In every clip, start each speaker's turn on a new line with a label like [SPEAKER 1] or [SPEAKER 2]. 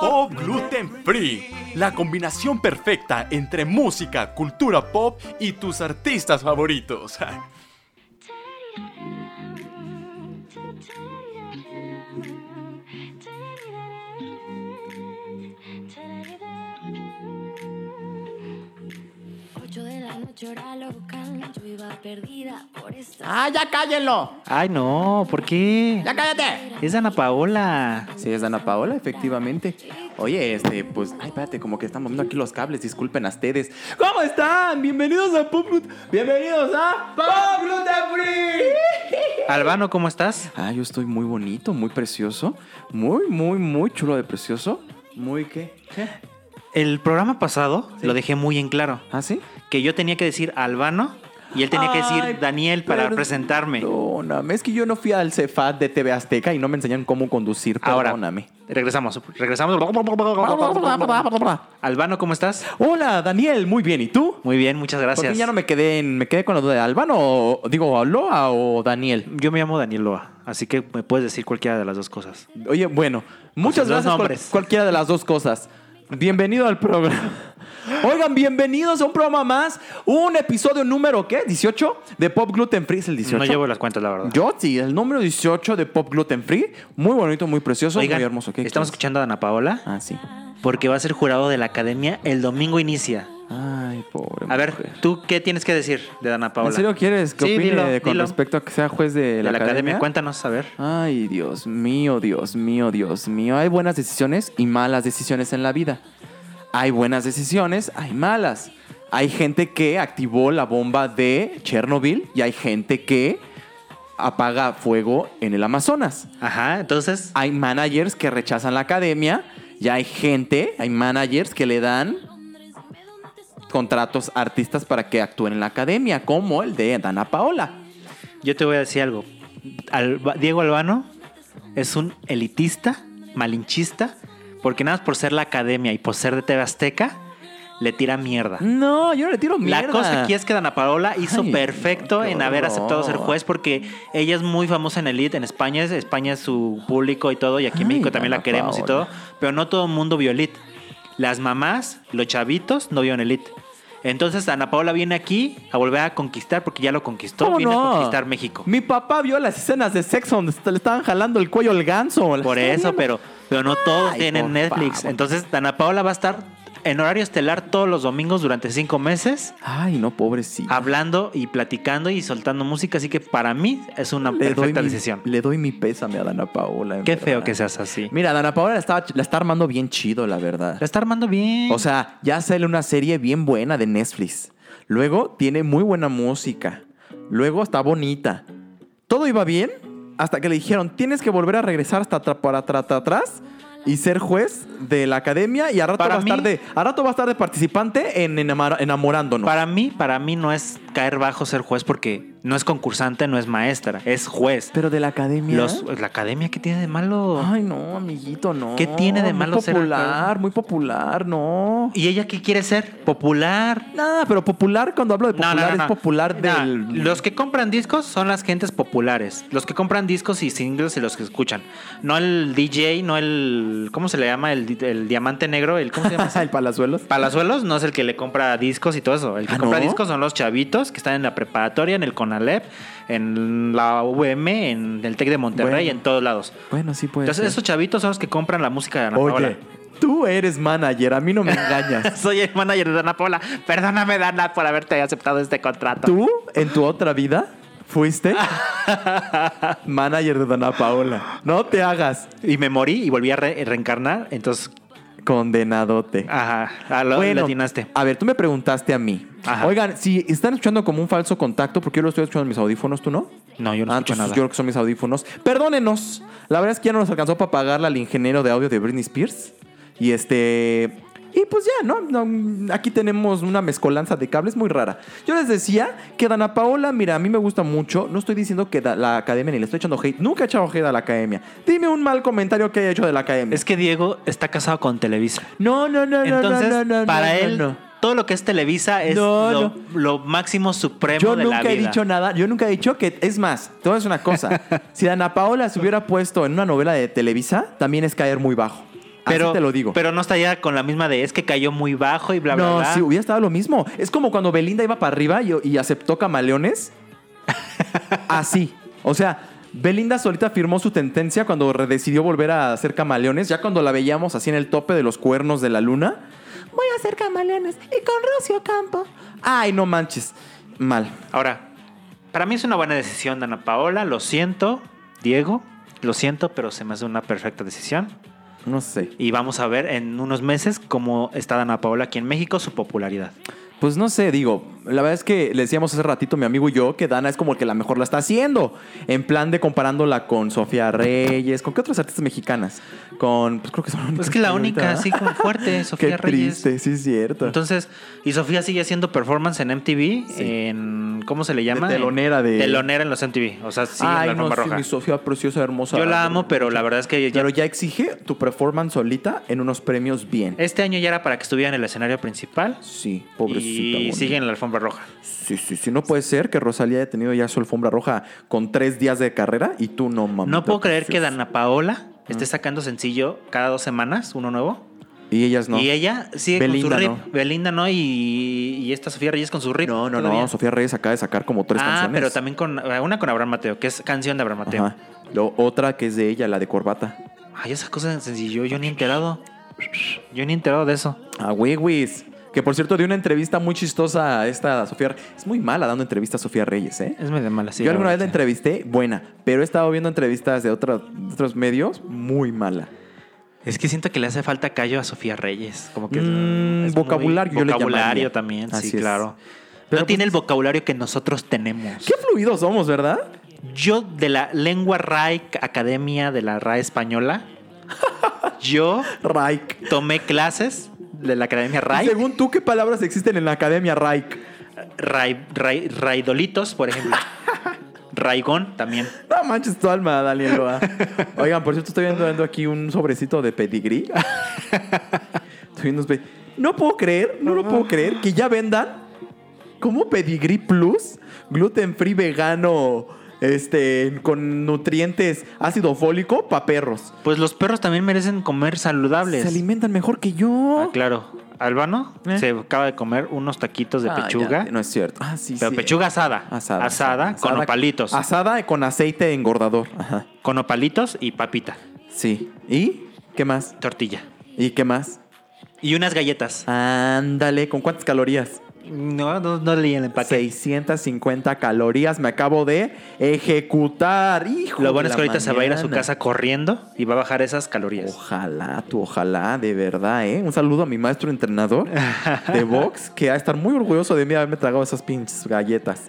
[SPEAKER 1] Pop Gluten Free, la combinación perfecta entre música, cultura pop y tus artistas favoritos.
[SPEAKER 2] Ocho de la noche hora local, yo iba perdida por esta
[SPEAKER 3] ¡Ah, ya cállenlo!
[SPEAKER 4] Ay, no, ¿por qué?
[SPEAKER 3] ¡Ya cállate!
[SPEAKER 4] Es Ana Paola.
[SPEAKER 5] Sí, es Ana Paola, efectivamente. Oye, este, pues, ay, espérate, como que están moviendo aquí los cables, disculpen a ustedes. ¿Cómo están? Bienvenidos a Pop Glut- Bienvenidos a Pop Gluten Free.
[SPEAKER 4] Albano, ¿cómo estás?
[SPEAKER 5] Ah, yo estoy muy bonito, muy precioso. Muy, muy, muy chulo de precioso. Muy qué.
[SPEAKER 4] El programa pasado lo dejé muy en claro.
[SPEAKER 5] ¿Ah, sí?
[SPEAKER 4] Que yo tenía que decir Albano y él tenía que
[SPEAKER 5] Ay,
[SPEAKER 4] decir Daniel para
[SPEAKER 5] pero-
[SPEAKER 4] presentarme.
[SPEAKER 5] Perdóname, es que yo no fui al Cefat de TV Azteca y no me enseñaron cómo conducir.
[SPEAKER 4] Ahora,
[SPEAKER 5] Perdóname.
[SPEAKER 4] regresamos, regresamos. Albano, ¿cómo estás?
[SPEAKER 5] Hola, Daniel, muy bien. ¿Y tú?
[SPEAKER 4] Muy bien, muchas
[SPEAKER 5] Porque
[SPEAKER 4] gracias.
[SPEAKER 5] ya no me quedé en- me quedé con la duda de Albano o digo Loa o Daniel.
[SPEAKER 4] Yo me llamo Daniel Loa, así que me puedes decir cualquiera de las dos cosas.
[SPEAKER 5] Oye, bueno, muchas
[SPEAKER 4] sus dos
[SPEAKER 5] gracias por
[SPEAKER 4] nombres.
[SPEAKER 5] cualquiera de las dos cosas. Bienvenido al programa. Oigan, bienvenidos a un programa más, un episodio número ¿qué? 18 de Pop Gluten Free, es el 18.
[SPEAKER 4] No llevo las cuentas, la verdad.
[SPEAKER 5] Yo sí, el número 18 de Pop Gluten Free, muy bonito, muy precioso,
[SPEAKER 4] Oigan,
[SPEAKER 5] muy hermoso. ¿Qué
[SPEAKER 4] estamos
[SPEAKER 5] quieres?
[SPEAKER 4] escuchando a Ana Paola
[SPEAKER 5] Ah, sí.
[SPEAKER 4] porque va a ser jurado de la academia. El domingo inicia.
[SPEAKER 5] Ay, pobre.
[SPEAKER 4] A ver,
[SPEAKER 5] mujer.
[SPEAKER 4] ¿tú qué tienes que decir de Ana Paola?
[SPEAKER 5] ¿En serio quieres que
[SPEAKER 4] Sí,
[SPEAKER 5] opine
[SPEAKER 4] dilo,
[SPEAKER 5] con
[SPEAKER 4] dilo.
[SPEAKER 5] respecto a que sea juez de
[SPEAKER 4] de
[SPEAKER 5] la,
[SPEAKER 4] la academia? Cuéntanos, a ver.
[SPEAKER 5] Ay, Dios mío, Dios mío, Dios mío. Hay buenas decisiones y malas decisiones en la vida. Hay buenas decisiones, hay malas. Hay gente que activó la bomba de Chernobyl y hay gente que apaga fuego en el Amazonas.
[SPEAKER 4] Ajá, entonces.
[SPEAKER 5] Hay managers que rechazan la academia y hay gente, hay managers que le dan contratos a artistas para que actúen en la academia, como el de Dana Paola.
[SPEAKER 4] Yo te voy a decir algo. Alba- Diego Albano es un elitista, malinchista, porque nada más por ser la academia y por ser de TV Azteca, le tira mierda.
[SPEAKER 5] No, yo no le tiro mierda.
[SPEAKER 4] La cosa aquí es que Dana Paola hizo
[SPEAKER 5] Ay,
[SPEAKER 4] perfecto
[SPEAKER 5] qué
[SPEAKER 4] en haber
[SPEAKER 5] horror.
[SPEAKER 4] aceptado ser juez porque ella es muy famosa en Elite, en España, es- España es su público y todo, y aquí
[SPEAKER 5] Ay,
[SPEAKER 4] en México también
[SPEAKER 5] Dana
[SPEAKER 4] la queremos y
[SPEAKER 5] Paola.
[SPEAKER 4] todo, pero no todo el mundo vio Elite. Las mamás, los chavitos no vieron Elite. Entonces Ana Paola viene aquí a volver a conquistar porque ya lo conquistó,
[SPEAKER 5] ¿Cómo
[SPEAKER 4] viene
[SPEAKER 5] no?
[SPEAKER 4] a conquistar México.
[SPEAKER 5] Mi papá vio las escenas de sexo donde est- le estaban jalando el cuello al ganso. Las
[SPEAKER 4] Por
[SPEAKER 5] estaba
[SPEAKER 4] eso,
[SPEAKER 5] viendo.
[SPEAKER 4] pero, pero no todos
[SPEAKER 5] Ay, por
[SPEAKER 4] tienen Netflix.
[SPEAKER 5] favor.
[SPEAKER 4] Entonces, Dana Paola va a estar en horario estelar todos los domingos durante cinco meses,
[SPEAKER 5] Ay, no, pobrecito.
[SPEAKER 4] Ah, hablando y platicando y soltando música. Así que para mí es una perfecta
[SPEAKER 5] mi,
[SPEAKER 4] decisión.
[SPEAKER 5] le doy mi pésame a Dana Paola. en
[SPEAKER 4] Qué
[SPEAKER 5] verdad.
[SPEAKER 4] feo que seas así.
[SPEAKER 5] Mira, Dana Paola la, estaba- la está armando bien chido, la
[SPEAKER 4] La
[SPEAKER 5] verdad.
[SPEAKER 4] está armando bien.
[SPEAKER 5] O sea, ya sale una serie bien buena de Netflix. Luego tiene muy buena música. Luego está bonita. Todo iba bien hasta que le dijeron, tienes que volver a regresar hasta atra- para atrás, atrás y ser juez de la academia y a rato, va
[SPEAKER 4] Para
[SPEAKER 5] a, estar
[SPEAKER 4] mí-
[SPEAKER 5] de, a rato va a estar de participante en Enamar- enamorándonos.
[SPEAKER 4] para mí, para mí no es caer bajo ser juez porque no es concursante, no es maestra, es juez.
[SPEAKER 5] Pero de la academia.
[SPEAKER 4] Los, la academia, ¿qué tiene de malo?
[SPEAKER 5] Ay, no, amiguito, no.
[SPEAKER 4] ¿Qué tiene de malo
[SPEAKER 5] muy
[SPEAKER 4] ser
[SPEAKER 5] popular,
[SPEAKER 4] actor?
[SPEAKER 5] muy popular, no.
[SPEAKER 4] ¿Y ella qué quiere ser? Popular.
[SPEAKER 5] Nada, pero popular, cuando hablo de
[SPEAKER 4] No,
[SPEAKER 5] popular,
[SPEAKER 4] no, no,
[SPEAKER 5] es
[SPEAKER 4] no.
[SPEAKER 5] popular
[SPEAKER 4] No,
[SPEAKER 5] del.
[SPEAKER 4] Los que compran discos son las gentes populares. Los que compran discos y singles y los que escuchan. No el DJ, no el. ¿Cómo se le llama? El, di- el diamante negro. El, ¿Cómo se llama? ese?
[SPEAKER 5] el palazuelos.
[SPEAKER 4] Palazuelos no es el que le compra discos y todo eso. El que
[SPEAKER 5] ¿Ah,
[SPEAKER 4] compra
[SPEAKER 5] no?
[SPEAKER 4] discos son los chavitos que están en la preparatoria, en el Conalep, en la UM, en el Tec de Monterrey,
[SPEAKER 5] Bueno.
[SPEAKER 4] en todos lados.
[SPEAKER 5] Bueno, sí puede
[SPEAKER 4] Entonces,
[SPEAKER 5] ser.
[SPEAKER 4] esos chavitos son los que compran la música de Ana Paola.
[SPEAKER 5] Oye, tú eres manager, a mí no me engañas.
[SPEAKER 4] Soy el manager de Ana Paola. Perdóname, Dana, por haberte aceptado este contrato.
[SPEAKER 5] ¿Tú, en tu otra vida, fuiste manager de Dana Paola? No te hagas
[SPEAKER 4] Y me morí y volví a re- reencarnar. Entonces,
[SPEAKER 5] condenadote.
[SPEAKER 4] ajá, a Ah, lo le atinaste.
[SPEAKER 5] A ver, tú me preguntaste a mí.
[SPEAKER 4] Ajá.
[SPEAKER 5] Oigan, si están escuchando como un falso contacto, porque yo lo estoy escuchando en mis audífonos, ¿tú no?
[SPEAKER 4] No, yo no
[SPEAKER 5] Ah,
[SPEAKER 4] escucho
[SPEAKER 5] entonces
[SPEAKER 4] nada.
[SPEAKER 5] Yo creo que son mis audífonos. Perdónenos. La verdad es que ya no nos alcanzó para pagarle al ingeniero de audio de Britney Spears. Y este. Y pues ya, ¿no? No, Aquí tenemos una mezcolanza de cables muy rara. Yo les decía que Dana Paola, mira, a mí me gusta mucho. No estoy diciendo que da- la academia ni le estoy echando hate. Nunca he echado hate a la academia. Dime un mal comentario que haya hecho de la academia.
[SPEAKER 4] Es que Diego está casado con Televisa.
[SPEAKER 5] No, no, no, no, no,
[SPEAKER 4] Entonces,
[SPEAKER 5] no, no, no, no,
[SPEAKER 4] para él,
[SPEAKER 5] no.
[SPEAKER 4] todo lo que es Televisa es
[SPEAKER 5] No,
[SPEAKER 4] lo,
[SPEAKER 5] no.
[SPEAKER 4] lo máximo supremo
[SPEAKER 5] Yo
[SPEAKER 4] de la
[SPEAKER 5] nunca
[SPEAKER 4] vida.
[SPEAKER 5] he dicho nada, yo nunca he dicho que, es más, te voy a decir una cosa, si Dana Paola se hubiera puesto en una novela de Televisa, también es caer muy bajo. Así
[SPEAKER 4] Pero,
[SPEAKER 5] te lo digo.
[SPEAKER 4] Pero no está ya con la misma de es que cayó muy bajo y bla, bla,
[SPEAKER 5] no,
[SPEAKER 4] bla.
[SPEAKER 5] si hubiera estado lo mismo. Es como cuando Belinda iba para arriba y, y aceptó camaleones. Así. O sea, Belinda solita firmó su tendencia cuando re- decidió volver a hacer camaleones. Ya cuando la veíamos así en el tope de los cuernos de la luna. Voy a hacer camaleones y con Rocio Campo. Ay, no manches. Mal.
[SPEAKER 4] Ahora, para mí es una buena decisión, Dana Paola. Lo siento, Diego. Lo siento, pero se me hace una perfecta decisión.
[SPEAKER 5] No sé.
[SPEAKER 4] Y vamos a ver en unos meses cómo está Dana Paola aquí en México, su popularidad.
[SPEAKER 5] Pues no sé, digo, la verdad es que le decíamos hace ratito mi amigo y yo que Dana es como que la mejor la está haciendo, en plan de comparándola con Sofía Reyes, con qué otras artistas mexicanas, con, pues creo que son las
[SPEAKER 4] Pues que la
[SPEAKER 5] tienen
[SPEAKER 4] única
[SPEAKER 5] ahorita,
[SPEAKER 4] así
[SPEAKER 5] ¿verdad?
[SPEAKER 4] con fuerte, Sofía
[SPEAKER 5] qué
[SPEAKER 4] Reyes.
[SPEAKER 5] triste, sí es cierto.
[SPEAKER 4] Entonces, y Sofía sigue haciendo performance en
[SPEAKER 5] Sí.
[SPEAKER 4] MTV, en ¿cómo se le llama?
[SPEAKER 5] De telonera de-
[SPEAKER 4] telonera en los MTV, o sea, sí, en
[SPEAKER 5] Ay,
[SPEAKER 4] la
[SPEAKER 5] no,
[SPEAKER 4] alfombra
[SPEAKER 5] sí,
[SPEAKER 4] roja.
[SPEAKER 5] mi Sofía preciosa, hermosa.
[SPEAKER 4] Yo la amo, pero la verdad es que ya-
[SPEAKER 5] Pero ya exige tu performance solita en unos premios bien.
[SPEAKER 4] este año ya era para que estuviera en el escenario principal
[SPEAKER 5] Sí, pobrecita.
[SPEAKER 4] y
[SPEAKER 5] bonita.
[SPEAKER 4] sigue en la alfombra roja.
[SPEAKER 5] Sí, sí, sí. No puede ser que Rosalía haya tenido ya su alfombra roja con tres días de carrera y tú no, mamá.
[SPEAKER 4] no puedo creer que Dana Paola
[SPEAKER 5] Mm.
[SPEAKER 4] esté sacando sencillo cada dos semanas, uno nuevo.
[SPEAKER 5] Y ellas no.
[SPEAKER 4] Y ella sigue
[SPEAKER 5] Belinda
[SPEAKER 4] con su
[SPEAKER 5] no.
[SPEAKER 4] rip. Belinda no, y, y esta Sofía Reyes con su rip.
[SPEAKER 5] No, no,
[SPEAKER 4] todavía.
[SPEAKER 5] no. Sofía Reyes acaba de sacar como tres
[SPEAKER 4] ah,
[SPEAKER 5] canciones.
[SPEAKER 4] pero también con una con Abraham Mateo, que es canción de Abraham Mateo.
[SPEAKER 5] Ajá. Lo- otra que es de ella, la de corbata.
[SPEAKER 4] Ay, esa cosa es sencillo, yo ni he enterado. Yo ni he enterado de eso.
[SPEAKER 5] A Wiwis. Que por cierto, dio una entrevista muy chistosa a esta Sofía. Re- Es muy mala dando entrevistas a Sofía Reyes, ¿eh?
[SPEAKER 4] Es medio mala, sí.
[SPEAKER 5] Yo alguna
[SPEAKER 4] la
[SPEAKER 5] vez la
[SPEAKER 4] verdad,
[SPEAKER 5] entrevisté, buena, pero he estado viendo entrevistas de, otra- de otros medios, muy mala.
[SPEAKER 4] sí. Es que siento que le hace falta callo a Sofía Reyes. Como que.
[SPEAKER 5] Mm,
[SPEAKER 4] es muy-
[SPEAKER 5] vocabulario, yo le
[SPEAKER 4] Vocabulario
[SPEAKER 5] llamaría.
[SPEAKER 4] también,
[SPEAKER 5] Así
[SPEAKER 4] sí,
[SPEAKER 5] es.
[SPEAKER 4] claro.
[SPEAKER 5] Pero pues
[SPEAKER 4] no tiene el vocabulario que nosotros tenemos.
[SPEAKER 5] Qué fluidos somos, ¿verdad?
[SPEAKER 4] Yo, de la lengua RAE Academia de la RAE Española, yo
[SPEAKER 5] Raik.
[SPEAKER 4] tomé clases de la Academia
[SPEAKER 5] Y
[SPEAKER 4] RAE.
[SPEAKER 5] Según tú, ¿qué palabras existen en la academia Raik?
[SPEAKER 4] Rai- Rai- Raidolitos, por ejemplo. Raigón también.
[SPEAKER 5] No manches tu alma, Daniel Loa. Oigan, por cierto, estoy viendo, viendo aquí un sobrecito de pedigrí. Estoy viendo unos pe- No puedo creer, no lo puedo creer, que ya vendan como pedigrí plus, gluten free vegano, este, con nutrientes, ácido fólico para perros.
[SPEAKER 4] Pues los perros también merecen comer saludables.
[SPEAKER 5] Se alimentan mejor que yo.
[SPEAKER 4] Ah, claro. Albano
[SPEAKER 5] ¿Eh?
[SPEAKER 4] se acaba de comer unos taquitos de
[SPEAKER 5] Ah,
[SPEAKER 4] pechuga.
[SPEAKER 5] ya, no es cierto. Ah, sí,
[SPEAKER 4] pero
[SPEAKER 5] sí.
[SPEAKER 4] pechuga asada.
[SPEAKER 5] Asada.
[SPEAKER 4] con
[SPEAKER 5] Asada-
[SPEAKER 4] opalitos.
[SPEAKER 5] Asada con aceite engordador. Ajá.
[SPEAKER 4] con opalitos y papita.
[SPEAKER 5] Sí. ¿Y qué más?
[SPEAKER 4] Tortilla.
[SPEAKER 5] ¿Y qué más?
[SPEAKER 4] Y unas galletas.
[SPEAKER 5] Ándale, ¿con cuántas calorías?
[SPEAKER 4] No, no, no leí el empaque.
[SPEAKER 5] 650 calorías me acabo de ejecutar. Hijo
[SPEAKER 4] Lo bueno
[SPEAKER 5] de
[SPEAKER 4] es que
[SPEAKER 5] la
[SPEAKER 4] ahorita se va a ir a su
[SPEAKER 5] mañana.
[SPEAKER 4] casa corriendo y va a bajar esas calorías.
[SPEAKER 5] Ojalá, tú, ojalá, de verdad, ¿eh? Un saludo a mi maestro entrenador de box que va a estar muy orgulloso de mí haberme tragado esas pinches galletas.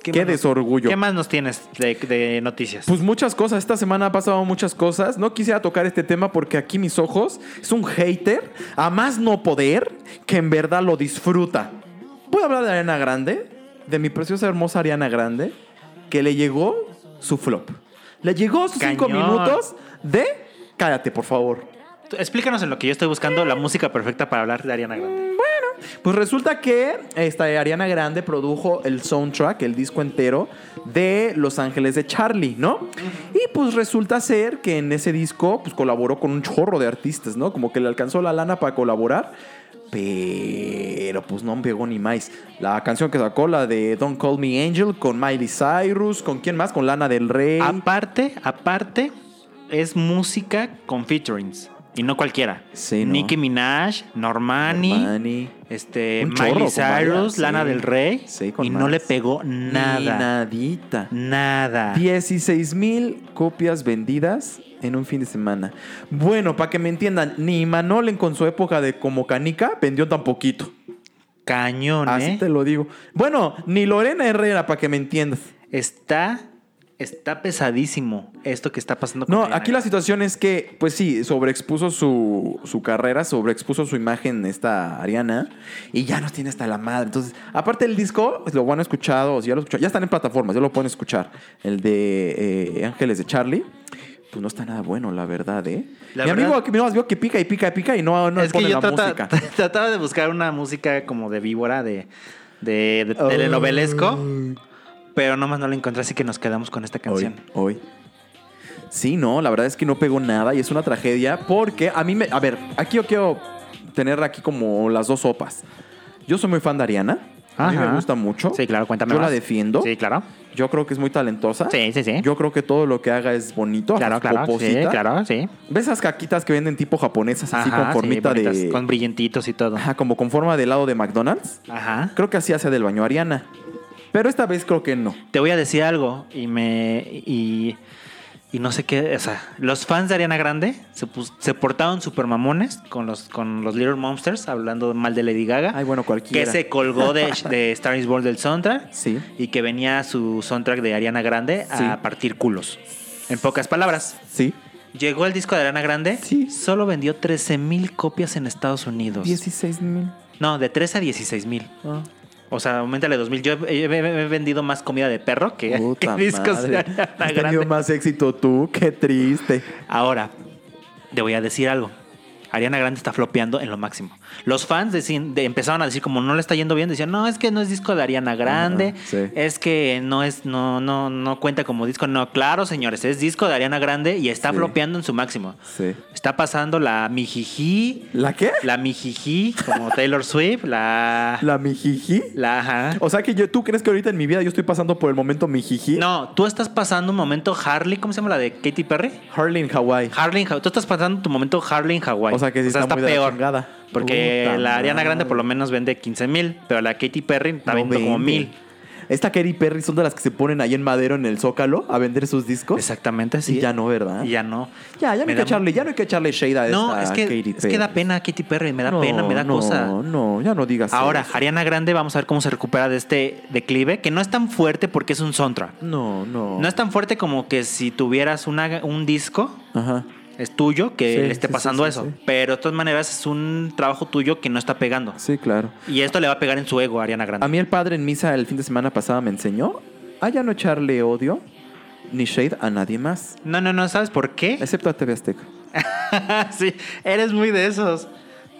[SPEAKER 5] Qué,
[SPEAKER 4] más nos-
[SPEAKER 5] desorgullo.
[SPEAKER 4] ¿Qué más nos tienes de, de noticias?
[SPEAKER 5] Pues muchas cosas, esta semana ha pasado muchas cosas. No quisiera tocar este tema porque aquí mis ojos es un hater, a más no poder, que en verdad lo disfruta. Voy a hablar de Ariana Grande, de mi preciosa hermosa Ariana Grande, que le llegó su flop. Le llegó sus cinco
[SPEAKER 4] Cañón.
[SPEAKER 5] minutos de cállate, por favor.
[SPEAKER 4] Tú- Explícanos en lo que yo estoy buscando la música perfecta para hablar de Ariana Grande.
[SPEAKER 5] Pues resulta que esta Ariana Grande produjo el soundtrack, el disco entero de Los Ángeles de Charlie, ¿no? Y pues resulta ser que en ese disco pues colaboró con un chorro de artistas, ¿no? Como que le alcanzó la lana para colaborar, pero pues no pegó ni más. La canción que sacó, la de Don't Call Me Angel, con Miley Cyrus, ¿con quién más? Con Lana del Rey.
[SPEAKER 4] Aparte, aparte, es música con featurings. Y no cualquiera.
[SPEAKER 5] Sí, ¿no?
[SPEAKER 4] Nicki Minaj, Normani,
[SPEAKER 5] Normani.
[SPEAKER 4] este,
[SPEAKER 5] Un chorro
[SPEAKER 4] Miley
[SPEAKER 5] con varias,
[SPEAKER 4] Cyrus,
[SPEAKER 5] sí.
[SPEAKER 4] Lana del Rey.
[SPEAKER 5] Sí, con
[SPEAKER 4] y no
[SPEAKER 5] más.
[SPEAKER 4] le pegó
[SPEAKER 5] Ni
[SPEAKER 4] nada.
[SPEAKER 5] nadita.
[SPEAKER 4] Nada.
[SPEAKER 5] 16 mil copias vendidas en un fin de semana. Bueno, para que me entiendan, ni Manolen con su época de como canica vendió tan poquito.
[SPEAKER 4] Cañón,
[SPEAKER 5] Así
[SPEAKER 4] ¿eh?
[SPEAKER 5] te lo digo. Bueno, ni Lorena Herrera, para que me entiendas.
[SPEAKER 4] Está Está pesadísimo esto que está pasando con ¿eh?
[SPEAKER 5] No,
[SPEAKER 4] Ariana
[SPEAKER 5] aquí la situación es que, pues sí, sobreexpuso su, su carrera, sobreexpuso su imagen esta Ariana y ya nos tiene hasta la madre. Entonces, aparte el disco, pues, lo van a escuchar, o si ya lo escucharon, ya están en plataformas, ya lo pueden escuchar. El de eh, Ángeles de Charlie, pues no está nada bueno, la verdad, ¿eh?
[SPEAKER 4] La
[SPEAKER 5] Mi
[SPEAKER 4] verdad-
[SPEAKER 5] amigo aquí nomás vio que pica y pica y pica y no, no le
[SPEAKER 4] es que
[SPEAKER 5] pone
[SPEAKER 4] yo
[SPEAKER 5] la
[SPEAKER 4] trata-
[SPEAKER 5] música.
[SPEAKER 4] trataba de buscar una música como de víbora, de, de,
[SPEAKER 5] Oh.
[SPEAKER 4] de telenovelesco, pero nomás no la encontré, así que nos quedamos con esta
[SPEAKER 5] Hoy,
[SPEAKER 4] canción.
[SPEAKER 5] hoy. Sí, no, la verdad es que no pegó nada y es una tragedia porque a mí me... A ver, aquí yo quiero tener aquí como las dos sopas. Yo soy muy fan de Ariana. A mí
[SPEAKER 4] Ajá.
[SPEAKER 5] me gusta mucho.
[SPEAKER 4] Sí, claro, cuéntame
[SPEAKER 5] Yo
[SPEAKER 4] más.
[SPEAKER 5] la defiendo.
[SPEAKER 4] Sí, claro.
[SPEAKER 5] Yo creo que es muy talentosa.
[SPEAKER 4] Sí, sí, sí.
[SPEAKER 5] Yo creo que todo lo que haga es bonito.
[SPEAKER 4] claro,
[SPEAKER 5] hasta
[SPEAKER 4] claro. Sí,
[SPEAKER 5] poposita.
[SPEAKER 4] claro, sí.
[SPEAKER 5] ¿Ves esas caquitas que venden tipo japonesas así
[SPEAKER 4] Ajá,
[SPEAKER 5] con formita
[SPEAKER 4] sí,
[SPEAKER 5] de...
[SPEAKER 4] bonitas, Con brillantitos y todo.
[SPEAKER 5] Ajá, como con forma de helado de McDonald's?
[SPEAKER 4] Ajá.
[SPEAKER 5] Creo que así hace del baño Ariana. Pero esta vez creo que no.
[SPEAKER 4] Te voy a decir algo y me. Y, y no sé qué. O sea, los fans de Ariana Grande se, pus- se portaron super mamones con los, con los Little Monsters, hablando mal de Lady Gaga.
[SPEAKER 5] Ay, bueno,
[SPEAKER 4] Ah. que
[SPEAKER 5] cualquiera.
[SPEAKER 4] se colgó de, de Star is Born del soundtrack.
[SPEAKER 5] Sí.
[SPEAKER 4] Y que venía su soundtrack de Ariana Grande
[SPEAKER 5] Sí.
[SPEAKER 4] a partir culos. En pocas palabras.
[SPEAKER 5] Sí.
[SPEAKER 4] Llegó el disco de Ariana Grande.
[SPEAKER 5] Sí.
[SPEAKER 4] Solo vendió 13 mil copias en Estados Unidos.
[SPEAKER 5] 16 mil.
[SPEAKER 4] No, de 13 a 16 mil. O sea, aumentale 2000. Yo he, he- he- he vendido más comida de perro que,
[SPEAKER 5] Puta
[SPEAKER 4] que discos
[SPEAKER 5] madre.
[SPEAKER 4] de Ariana
[SPEAKER 5] Has tenido
[SPEAKER 4] Grande.
[SPEAKER 5] más éxito tú, qué triste.
[SPEAKER 4] Ahora, te voy a decir algo. Ariana Grande está flopeando en lo máximo. Los fans decían- de- empezaron a decir como no le está yendo bien, decían, "No, es que no es disco de Ariana Grande,
[SPEAKER 5] Ajá, sí.
[SPEAKER 4] es que no es no no no cuenta como disco." No, claro, señores, es disco de Ariana Grande y está
[SPEAKER 5] Sí.
[SPEAKER 4] flopeando en su máximo.
[SPEAKER 5] Sí.
[SPEAKER 4] Está pasando la Mijiji,
[SPEAKER 5] ¿La qué?
[SPEAKER 4] la Mijiji como Taylor Swift, la
[SPEAKER 5] ¿La mijiji?
[SPEAKER 4] la ajá.
[SPEAKER 5] O sea que yo, ¿tú crees que ahorita en mi vida yo estoy pasando por el momento mijiji?
[SPEAKER 4] No, tú estás pasando un momento Harley, ¿cómo se llama la de Katy Perry?
[SPEAKER 5] Harlem, Hawái.
[SPEAKER 4] Harley, en Hawái. tú estás pasando tu momento Harley en Hawái.
[SPEAKER 5] O sea que sí está muy de la chingada.
[SPEAKER 4] Porque
[SPEAKER 5] Puta
[SPEAKER 4] la Ariana
[SPEAKER 5] madre.
[SPEAKER 4] Grande por lo menos vende 15 mil, pero la Katy Perry está
[SPEAKER 5] No
[SPEAKER 4] vendiendo como
[SPEAKER 5] vende.
[SPEAKER 4] mil.
[SPEAKER 5] Esta Katy Perry son de las que se ponen ahí en madero en el Zócalo a vender sus discos.
[SPEAKER 4] Exactamente, sí.
[SPEAKER 5] Y ya no, ¿verdad?
[SPEAKER 4] Y ya no.
[SPEAKER 5] Ya, ya no
[SPEAKER 4] Me
[SPEAKER 5] hay
[SPEAKER 4] da-
[SPEAKER 5] que echarle, ya no hay que echarle shade a
[SPEAKER 4] No,
[SPEAKER 5] esta
[SPEAKER 4] es que,
[SPEAKER 5] Katy
[SPEAKER 4] es que da pena a Katy Perry, me da pena, me da
[SPEAKER 5] no,
[SPEAKER 4] cosa.
[SPEAKER 5] No, no, ya no digas
[SPEAKER 4] Ahora,
[SPEAKER 5] eso.
[SPEAKER 4] Ariana Grande, vamos a ver cómo se recupera de este declive, que no es tan fuerte porque es un soundtrack.
[SPEAKER 5] No, no.
[SPEAKER 4] No es tan fuerte como que si tuvieras una- un disco
[SPEAKER 5] Ajá.
[SPEAKER 4] es tuyo que
[SPEAKER 5] Sí,
[SPEAKER 4] le esté
[SPEAKER 5] sí, sí,
[SPEAKER 4] pasando
[SPEAKER 5] sí,
[SPEAKER 4] eso.
[SPEAKER 5] sí.
[SPEAKER 4] Pero de todas maneras es un trabajo tuyo que no está pegando.
[SPEAKER 5] Sí, claro.
[SPEAKER 4] Y esto le va a pegar en su ego a Ariana Grande.
[SPEAKER 5] A mí el padre en misa el fin de semana pasada me enseñó a ya no echarle odio ni shade a nadie más,
[SPEAKER 4] No, no, no, ¿sabes por qué?
[SPEAKER 5] excepto a TV Azteca.
[SPEAKER 4] sí, eres muy de esos.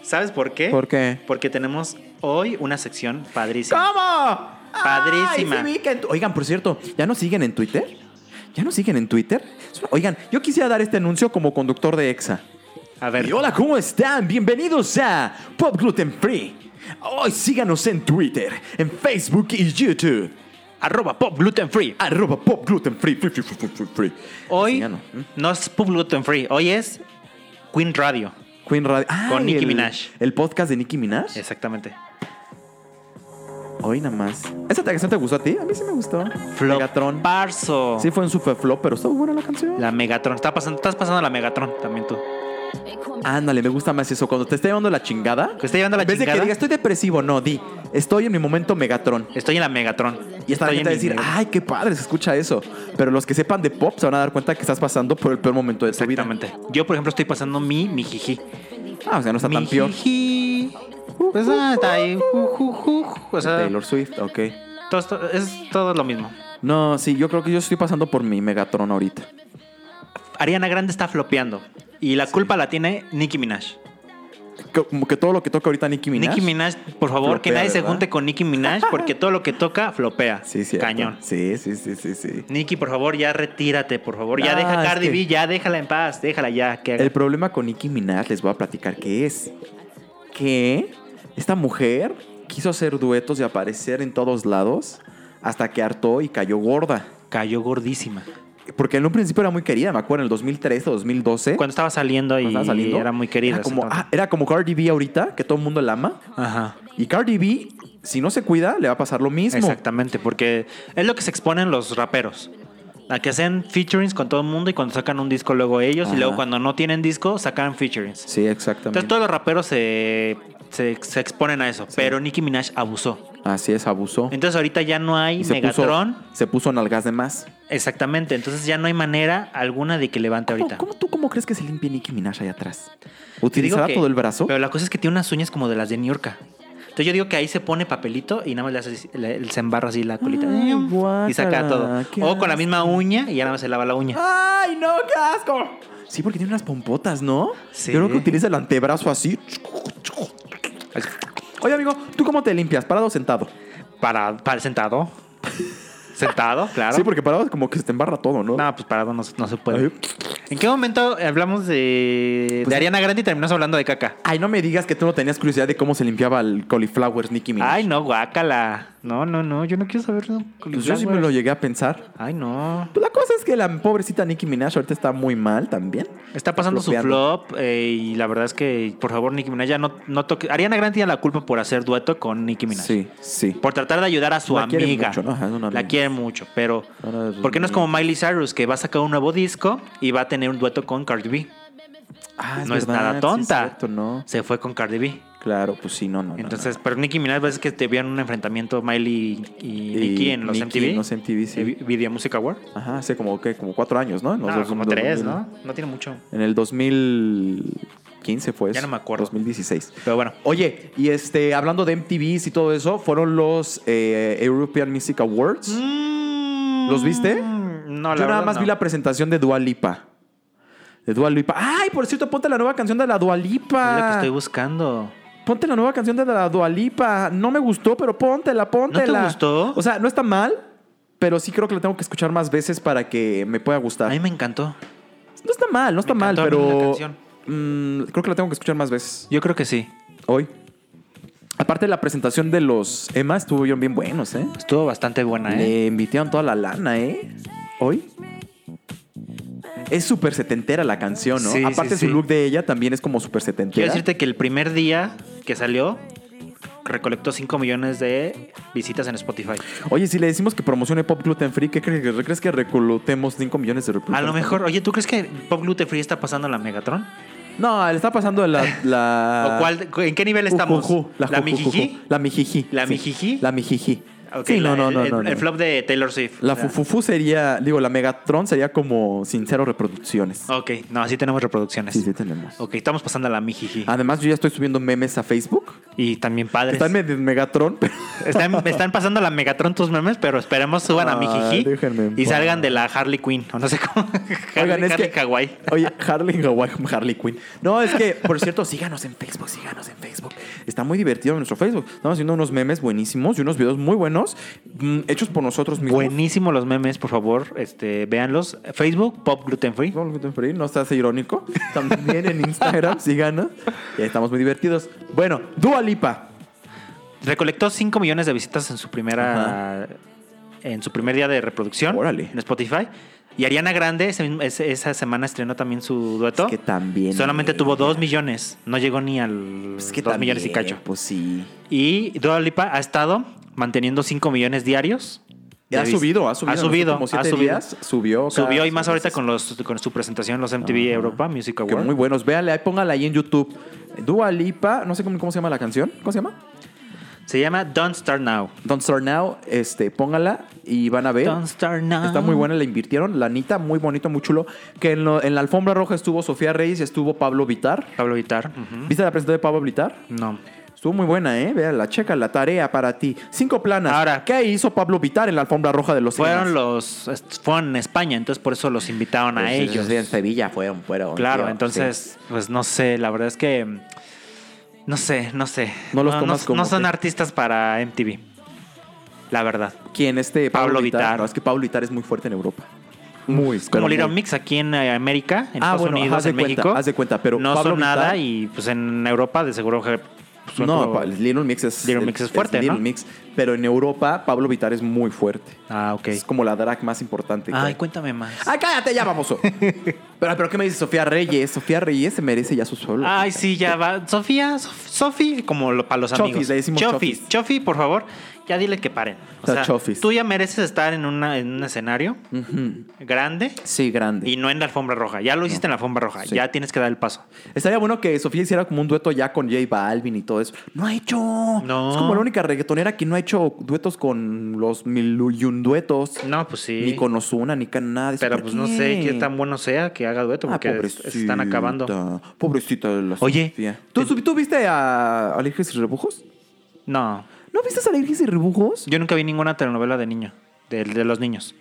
[SPEAKER 4] ¿Sabes por qué?
[SPEAKER 5] ¿Por qué?
[SPEAKER 4] Porque tenemos hoy una sección padrísima.
[SPEAKER 5] ¿Cómo?
[SPEAKER 4] Padrísima.
[SPEAKER 5] Ay, sí vi que en tu- Oigan, por cierto, ¿ya nos siguen en Twitter? ¿Ya nos siguen en Twitter? Es una- Oigan, yo quisiera dar este anuncio como conductor de EXA.
[SPEAKER 4] A ver.
[SPEAKER 5] Y hola, ¿cómo están? Bienvenidos a Pop Gluten Free. Hoy síganos en Twitter, en Facebook y YouTube.
[SPEAKER 4] Arroba Pop Gluten Free.
[SPEAKER 5] Arroba Pop Gluten Free. free, free, free, free, free.
[SPEAKER 4] Hoy
[SPEAKER 5] Síganos.
[SPEAKER 4] no es Pop Gluten Free, hoy es Queen Radio.
[SPEAKER 5] Queen Radio.
[SPEAKER 4] Con
[SPEAKER 5] Ay,
[SPEAKER 4] Nicki
[SPEAKER 5] el-
[SPEAKER 4] Minaj.
[SPEAKER 5] El podcast de Nicki Minaj.
[SPEAKER 4] Exactamente.
[SPEAKER 5] Hoy nada más. ¿Esa canción te gustó a ti? A mí sí me gustó.
[SPEAKER 4] Flop
[SPEAKER 5] Megatron.
[SPEAKER 4] Parso.
[SPEAKER 5] Sí, fue un super flop, pero estuvo buena la canción.
[SPEAKER 4] La Megatron. Está pasando, estás pasando la Megatron también tú.
[SPEAKER 5] Ándale, me gusta más eso. Cuando te esté llevando la chingada.
[SPEAKER 4] ¿Te está llevando la
[SPEAKER 5] En vez de
[SPEAKER 4] chingada?
[SPEAKER 5] que diga, estoy depresivo, no, di. Estoy en mi momento Megatron.
[SPEAKER 4] Estoy en la Megatron.
[SPEAKER 5] Y esta gente va
[SPEAKER 4] Estoy
[SPEAKER 5] a
[SPEAKER 4] en mi
[SPEAKER 5] decir, "Ah,
[SPEAKER 4] Megatron.
[SPEAKER 5] ay, qué padre, se escucha eso. Pero los que sepan de pop se van a dar cuenta que estás pasando por el peor momento de tu vida.
[SPEAKER 4] Exactamente. Yo, por ejemplo, estoy pasando mi, mi jiji.
[SPEAKER 5] Ah, o sea, no está tan
[SPEAKER 4] Mi
[SPEAKER 5] peor.
[SPEAKER 4] jiji. Pues, ah, está ahí. Ju, ju, ju, ju. O sea,
[SPEAKER 5] Taylor Swift, ok.
[SPEAKER 4] todo- todo- es todo lo mismo.
[SPEAKER 5] No, sí, yo creo que yo estoy pasando por mi Megatron ahorita.
[SPEAKER 4] Ariana Grande está flopeando. Y la culpa la tiene Nicki Minaj.
[SPEAKER 5] Que- Como que todo lo que toca ahorita Nicki Minaj.
[SPEAKER 4] Nicki Minaj, por favor,
[SPEAKER 5] Flopea,
[SPEAKER 4] que nadie se
[SPEAKER 5] ¿verdad?
[SPEAKER 4] junte con Nicki Minaj porque todo lo que toca flopea.
[SPEAKER 5] Sí, sí.
[SPEAKER 4] Cañón.
[SPEAKER 5] Sí, sí, sí, sí, sí.
[SPEAKER 4] Nicki, por favor, ya retírate, por favor. Ya
[SPEAKER 5] Ah,
[SPEAKER 4] deja
[SPEAKER 5] es
[SPEAKER 4] Cardi
[SPEAKER 5] que-
[SPEAKER 4] B, ya déjala en paz, déjala ya. Que haga-
[SPEAKER 5] El problema con Nicki Minaj, les voy a platicar qué es. Que esta mujer quiso hacer duetos y aparecer en todos lados hasta que hartó y cayó gorda.
[SPEAKER 4] Cayó gordísima.
[SPEAKER 5] Porque en un principio era muy querida, me acuerdo, en el 2013 o 2012.
[SPEAKER 4] Cuando estaba saliendo y
[SPEAKER 5] ¿Eh? cuando estaba saliendo,
[SPEAKER 4] era muy querida.
[SPEAKER 5] Era como,
[SPEAKER 4] ese
[SPEAKER 5] ah, era como Cardi B ahorita, que todo el mundo la ama.
[SPEAKER 4] entonces. Ajá.
[SPEAKER 5] Y Cardi B, si no se cuida, le va a pasar lo mismo.
[SPEAKER 4] Exactamente, porque es lo que se exponen los raperos. A que hacen featurings con todo el mundo y cuando sacan un disco luego ellos y
[SPEAKER 5] Ajá.
[SPEAKER 4] luego cuando no tienen disco sacan featurings.
[SPEAKER 5] Sí,
[SPEAKER 4] Entonces
[SPEAKER 5] exactamente.
[SPEAKER 4] todos los raperos se, se, se exponen a eso, pero Nicki Minaj abusó.
[SPEAKER 5] Así es, abusó.
[SPEAKER 4] Entonces ahorita ya no hay
[SPEAKER 5] Y se puso-
[SPEAKER 4] Megatron.
[SPEAKER 5] se puso nalgas de más.
[SPEAKER 4] Exactamente, entonces ya no hay manera alguna de que levante
[SPEAKER 5] ¿Cómo,
[SPEAKER 4] ahorita.
[SPEAKER 5] cómo- tú cómo crees que se limpie Nicki Minaj allá atrás?
[SPEAKER 4] Te digo
[SPEAKER 5] ¿Utilizará
[SPEAKER 4] que-
[SPEAKER 5] todo el brazo?
[SPEAKER 4] Pero la cosa es que tiene unas uñas como de las de New York. Entonces yo digo que ahí se pone papelito y nada más le hace así- le- le- se embarra así la colita.
[SPEAKER 5] Ay,
[SPEAKER 4] y saca
[SPEAKER 5] guácala,
[SPEAKER 4] todo.
[SPEAKER 5] qué
[SPEAKER 4] O con la
[SPEAKER 5] asco.
[SPEAKER 4] misma uña y ya nada más se lava la uña.
[SPEAKER 5] ¡Ay, no, qué asco! Sí, porque tiene unas pompotas, ¿no?
[SPEAKER 4] Sí.
[SPEAKER 5] Yo creo que utiliza el antebrazo así. Oye, amigo, ¿tú cómo te limpias? ¿Parado o sentado?
[SPEAKER 4] Para, para sentado. sentado, claro.
[SPEAKER 5] Sí, porque parado es como que se te embarra todo, ¿no?
[SPEAKER 4] No, pues parado no, se- no se puede.
[SPEAKER 5] Ay. Pues
[SPEAKER 4] ¿En qué momento hablamos de, de Ariana Grande y terminamos hablando de caca?
[SPEAKER 5] Ay, no me digas que tú no tenías curiosidad de cómo se limpiaba el cauliflower Nicki Minaj.
[SPEAKER 4] Ay, no, guácala. No, no, no, yo no quiero saber. no,
[SPEAKER 5] Pues yo sí me lo llegué a pensar.
[SPEAKER 4] Ay, no.
[SPEAKER 5] Pues la cosa es que la pobrecita Nicki Minaj ahorita está muy mal también.
[SPEAKER 4] Está pasando
[SPEAKER 5] Flopeando.
[SPEAKER 4] su flop eh, y la verdad es que, por favor, Nicki Minaj ya no, no toque. Ariana Grande tiene la culpa por hacer dueto con Nicki Minaj.
[SPEAKER 5] Sí, sí.
[SPEAKER 4] Por tratar de ayudar a su
[SPEAKER 5] La quiere
[SPEAKER 4] amiga.
[SPEAKER 5] mucho, ¿no? Ajá, es una
[SPEAKER 4] La
[SPEAKER 5] amiga.
[SPEAKER 4] quiere mucho, pero
[SPEAKER 5] Ahora pues, es
[SPEAKER 4] ¿por qué no es
[SPEAKER 5] una
[SPEAKER 4] como Miley Cyrus que va a sacar un nuevo disco y va a tener un dueto con Cardi B?
[SPEAKER 5] Ah,
[SPEAKER 4] no es
[SPEAKER 5] verdad,
[SPEAKER 4] nada tonta.
[SPEAKER 5] Sí, es cierto, no.
[SPEAKER 4] Se fue con Cardi B.
[SPEAKER 5] Claro, pues sí, no, no. no,
[SPEAKER 4] Entonces, pero Nicki Minaj ves que te vieron un enfrentamiento Miley y,
[SPEAKER 5] Y
[SPEAKER 4] Nicki en los
[SPEAKER 5] Nicki
[SPEAKER 4] MTV.
[SPEAKER 5] en los MTV, sí.
[SPEAKER 4] Eh, Video Music Award.
[SPEAKER 5] no. Ajá, hace como, ¿qué? como cuatro años, ¿no? En los
[SPEAKER 4] No,
[SPEAKER 5] dos-
[SPEAKER 4] como
[SPEAKER 5] dos-
[SPEAKER 4] tres,
[SPEAKER 5] dos-
[SPEAKER 4] ¿no? No tiene mucho.
[SPEAKER 5] En el 2015 fue
[SPEAKER 4] Ya
[SPEAKER 5] eso,
[SPEAKER 4] no me acuerdo.
[SPEAKER 5] 2016.
[SPEAKER 4] Pero bueno.
[SPEAKER 5] Oye, y este, hablando de MTVs y todo eso, fueron los eh, European Music Awards.
[SPEAKER 4] ¿Los
[SPEAKER 5] ¿Los viste?
[SPEAKER 4] Mm, No, la
[SPEAKER 5] Yo nada
[SPEAKER 4] verdad
[SPEAKER 5] más
[SPEAKER 4] no.
[SPEAKER 5] vi Mm, la presentación de Dua Lipa. De Dua Lipa. Ay, por cierto, ponte la nueva canción de la Dua Lipa.
[SPEAKER 4] Es lo que estoy buscando.
[SPEAKER 5] Ponte la nueva canción de la Dualipa. No me gustó, pero póntela, póntela.
[SPEAKER 4] gustó?
[SPEAKER 5] O sea, no está mal, pero sí creo que la tengo que escuchar más veces para que me pueda
[SPEAKER 4] A
[SPEAKER 5] gustar.
[SPEAKER 4] mí me encantó.
[SPEAKER 5] no está mal, no está
[SPEAKER 4] me
[SPEAKER 5] mal,
[SPEAKER 4] encantó a mí la
[SPEAKER 5] pero.
[SPEAKER 4] canción.
[SPEAKER 5] mm, creo que la tengo que escuchar más veces
[SPEAKER 4] Yo creo que sí.
[SPEAKER 5] hoy. Aparte, la presentación de los Emma estuvo bien, bien buenos, ¿eh?
[SPEAKER 4] Estuvo bastante buena, ¿eh?
[SPEAKER 5] Le invitaron toda la lana, ¿eh? Hoy. Es súper setentera la canción, ¿no?
[SPEAKER 4] Sí, sí,
[SPEAKER 5] Aparte,
[SPEAKER 4] sí.
[SPEAKER 5] su look de ella también es como súper setentera.
[SPEAKER 4] Quiero decirte que el primer día que salió recolectó 5 millones de visitas en Spotify.
[SPEAKER 5] Oye, si le decimos que promocione Pop Gluten Free, ¿qué crees, que- crees que recolutemos 5 millones de reclutas?
[SPEAKER 4] A lo mejor, oye, ¿tú crees que Pop Gluten Free está pasando la Megatron?
[SPEAKER 5] No, le está pasando la... la...
[SPEAKER 4] ¿O cuál, ¿En qué nivel
[SPEAKER 5] Ujujú,
[SPEAKER 4] estamos?
[SPEAKER 5] Ah. la,
[SPEAKER 4] ¿La
[SPEAKER 5] jujujujú.
[SPEAKER 4] Mijiji?
[SPEAKER 5] La Mijiji.
[SPEAKER 4] ¿La
[SPEAKER 5] sí.
[SPEAKER 4] Mijiji?
[SPEAKER 5] La Mijiji.
[SPEAKER 4] Ok,
[SPEAKER 5] sí,
[SPEAKER 4] la-
[SPEAKER 5] no, no,
[SPEAKER 4] el,
[SPEAKER 5] no,
[SPEAKER 4] el-
[SPEAKER 5] no, no.
[SPEAKER 4] el flop de Taylor Swift.
[SPEAKER 5] La
[SPEAKER 4] O sea,
[SPEAKER 5] Fufufu sería, digo, la Megatron sería como sin cero reproducciones.
[SPEAKER 4] Ah. Ok, no, así tenemos reproducciones.
[SPEAKER 5] Sí, sí tenemos.
[SPEAKER 4] Ok, estamos pasando a la Mijiji.
[SPEAKER 5] Además, yo ya estoy subiendo memes a Facebook.
[SPEAKER 4] Y también padres.
[SPEAKER 5] Están medio en Megatron, pero...
[SPEAKER 4] Están, están pasando la Megatron tus memes, pero esperemos suban a
[SPEAKER 5] Ah,
[SPEAKER 4] Mijiji
[SPEAKER 5] déjenme en
[SPEAKER 4] y
[SPEAKER 5] paz.
[SPEAKER 4] salgan de la Harley Quinn, o no sé cómo. Harley,
[SPEAKER 5] Oigan, es
[SPEAKER 4] Harley
[SPEAKER 5] que-
[SPEAKER 4] Kawaii.
[SPEAKER 5] Oye, Harley, Hawaii, Harley Quinn. No, es que, por cierto, síganos en Facebook, síganos en Facebook. Está muy divertido nuestro Facebook. Estamos haciendo unos memes buenísimos y unos videos muy buenos, mm, hechos por nosotros mismos.
[SPEAKER 4] Buenísimo los memes, por favor, este, véanlos. Facebook, Pop Gluten Free.
[SPEAKER 5] No, gluten free, no seas irónico. También en Instagram, síganos. Y ahí estamos muy divertidos. Bueno, Dua Lipa.
[SPEAKER 4] Recolectó 5 millones de visitas en su primera. En su primer día de reproducción.
[SPEAKER 5] Órale.
[SPEAKER 4] En Spotify. Y Ariana Grande ese mismo- ese- esa semana estrenó también su dueto.
[SPEAKER 5] Es que también.
[SPEAKER 4] Solamente tuvo 2 millones. No llegó ni al
[SPEAKER 5] Es
[SPEAKER 4] 2
[SPEAKER 5] que también,
[SPEAKER 4] millones y cacho.
[SPEAKER 5] Pues sí.
[SPEAKER 4] Y Dua Lipa ha estado manteniendo 5 millones diarios. de
[SPEAKER 5] Ha
[SPEAKER 4] vis-
[SPEAKER 5] subido, ha subido.
[SPEAKER 4] Ha
[SPEAKER 5] en los
[SPEAKER 4] subido,
[SPEAKER 5] últimos
[SPEAKER 4] ha
[SPEAKER 5] siete
[SPEAKER 4] subido.
[SPEAKER 5] días, subió. cada-
[SPEAKER 4] Subió y más ahorita con, los, con su presentación en los MTV
[SPEAKER 5] Ajá.
[SPEAKER 4] Europa Music
[SPEAKER 5] Que
[SPEAKER 4] Awards.
[SPEAKER 5] muy buenos. Véanle, ahí póngala ahí en YouTube. Dua Lipa, no sé cómo, cómo se llama la canción. ¿Cómo se llama?
[SPEAKER 4] Se llama Don't Start Now.
[SPEAKER 5] Don't Start Now, este, póngala y van a ver.
[SPEAKER 4] Don't Start Now.
[SPEAKER 5] Está muy buena, la invirtieron. La Anita, muy bonito, muy chulo. Que en, lo- en la alfombra roja estuvo Sofía Reyes y estuvo Pablo Vitar.
[SPEAKER 4] Pablo Vitar. ujú.
[SPEAKER 5] ¿Viste la presentación de Pablo Vitar?
[SPEAKER 4] No.
[SPEAKER 5] Estuvo muy buena, ¿eh? Véanla, checa la tarea para ti. Cinco planas.
[SPEAKER 4] Ahora-
[SPEAKER 5] ¿qué hizo Pablo Vitar en la alfombra roja de los
[SPEAKER 4] Fueron
[SPEAKER 5] Emas?
[SPEAKER 4] los. est- Fueron en España, entonces por eso los invitaron a
[SPEAKER 5] Pues,
[SPEAKER 4] ellos.
[SPEAKER 5] En Sevilla fueron, fueron.
[SPEAKER 4] Claro,
[SPEAKER 5] tío, sí.
[SPEAKER 4] entonces, pues no sé, la verdad es que. mm, No sé, no sé.
[SPEAKER 5] No los tomas como
[SPEAKER 4] No son
[SPEAKER 5] que-
[SPEAKER 4] artistas para MTV. La verdad.
[SPEAKER 5] ¿Quién este?
[SPEAKER 4] Pablo
[SPEAKER 5] Vittar?
[SPEAKER 4] Vittar.
[SPEAKER 5] No, es que Pablo Vitar es muy fuerte en Europa. Muy, pero
[SPEAKER 4] Como Little
[SPEAKER 5] muy.
[SPEAKER 4] Mix aquí en eh, América, en
[SPEAKER 5] Ah,
[SPEAKER 4] Estados
[SPEAKER 5] bueno, ajá,
[SPEAKER 4] Unidos,
[SPEAKER 5] haz de
[SPEAKER 4] en
[SPEAKER 5] cuenta,
[SPEAKER 4] México.
[SPEAKER 5] haz de cuenta, pero
[SPEAKER 4] no
[SPEAKER 5] Pablo
[SPEAKER 4] son nada
[SPEAKER 5] Vittar-
[SPEAKER 4] y pues en Europa de seguro. que, pues, son
[SPEAKER 5] No,
[SPEAKER 4] como-
[SPEAKER 5] pa- Little Mix es.
[SPEAKER 4] Little Mix es fuerte,
[SPEAKER 5] Little
[SPEAKER 4] ¿no?
[SPEAKER 5] Mix. Pero en Europa, Pablo Vitar es muy fuerte.
[SPEAKER 4] Ah, ok.
[SPEAKER 5] Es como la drag más importante. que
[SPEAKER 4] Ay,
[SPEAKER 5] hay.
[SPEAKER 4] cuéntame más.
[SPEAKER 5] ¡Ay, cállate ya, baboso! Pero, pero ¿qué me dice Sofía Reyes? Sofía Reyes se merece ya su solo.
[SPEAKER 4] Ay, sí, ya va. Sofía, Sof- Sofi, como lo- para los
[SPEAKER 5] Chofis,
[SPEAKER 4] amigos.
[SPEAKER 5] le decimos
[SPEAKER 4] Chofi,
[SPEAKER 5] chofis.
[SPEAKER 4] Chofi, por favor, ya dile que paren. O
[SPEAKER 5] Los
[SPEAKER 4] sea,
[SPEAKER 5] chofis.
[SPEAKER 4] tú ya mereces estar en, una, en un escenario
[SPEAKER 5] Ujú.
[SPEAKER 4] grande
[SPEAKER 5] Sí, grande.
[SPEAKER 4] y no en la alfombra roja. Ya lo hiciste en la alfombra roja.
[SPEAKER 5] Sí.
[SPEAKER 4] Ya tienes que dar el paso.
[SPEAKER 5] Estaría bueno que Sofía hiciera como un dueto ya con J Balvin y todo eso. No ha hecho.
[SPEAKER 4] No.
[SPEAKER 5] Es como la única reggaetonera que no ha hecho duetos con los mil y un duetos.
[SPEAKER 4] No, pues sí.
[SPEAKER 5] Ni con Ozuna, ni con nada. Dice,
[SPEAKER 4] Pero
[SPEAKER 5] ¿por
[SPEAKER 4] pues no sé
[SPEAKER 5] qué?
[SPEAKER 4] qué tan bueno sea que haga dueto
[SPEAKER 5] Ah,
[SPEAKER 4] porque es- están
[SPEAKER 5] pobrecita.
[SPEAKER 4] acabando.
[SPEAKER 5] Pobrecita de la
[SPEAKER 4] Oye,
[SPEAKER 5] Sofía. ¿Tú,
[SPEAKER 4] en-
[SPEAKER 5] tú- tú viste a Alergias y Rebujos?
[SPEAKER 4] No,
[SPEAKER 5] ¿No viste a Alergias y Rebujos?
[SPEAKER 4] yo nunca vi ninguna telenovela de niño, de, de los niños.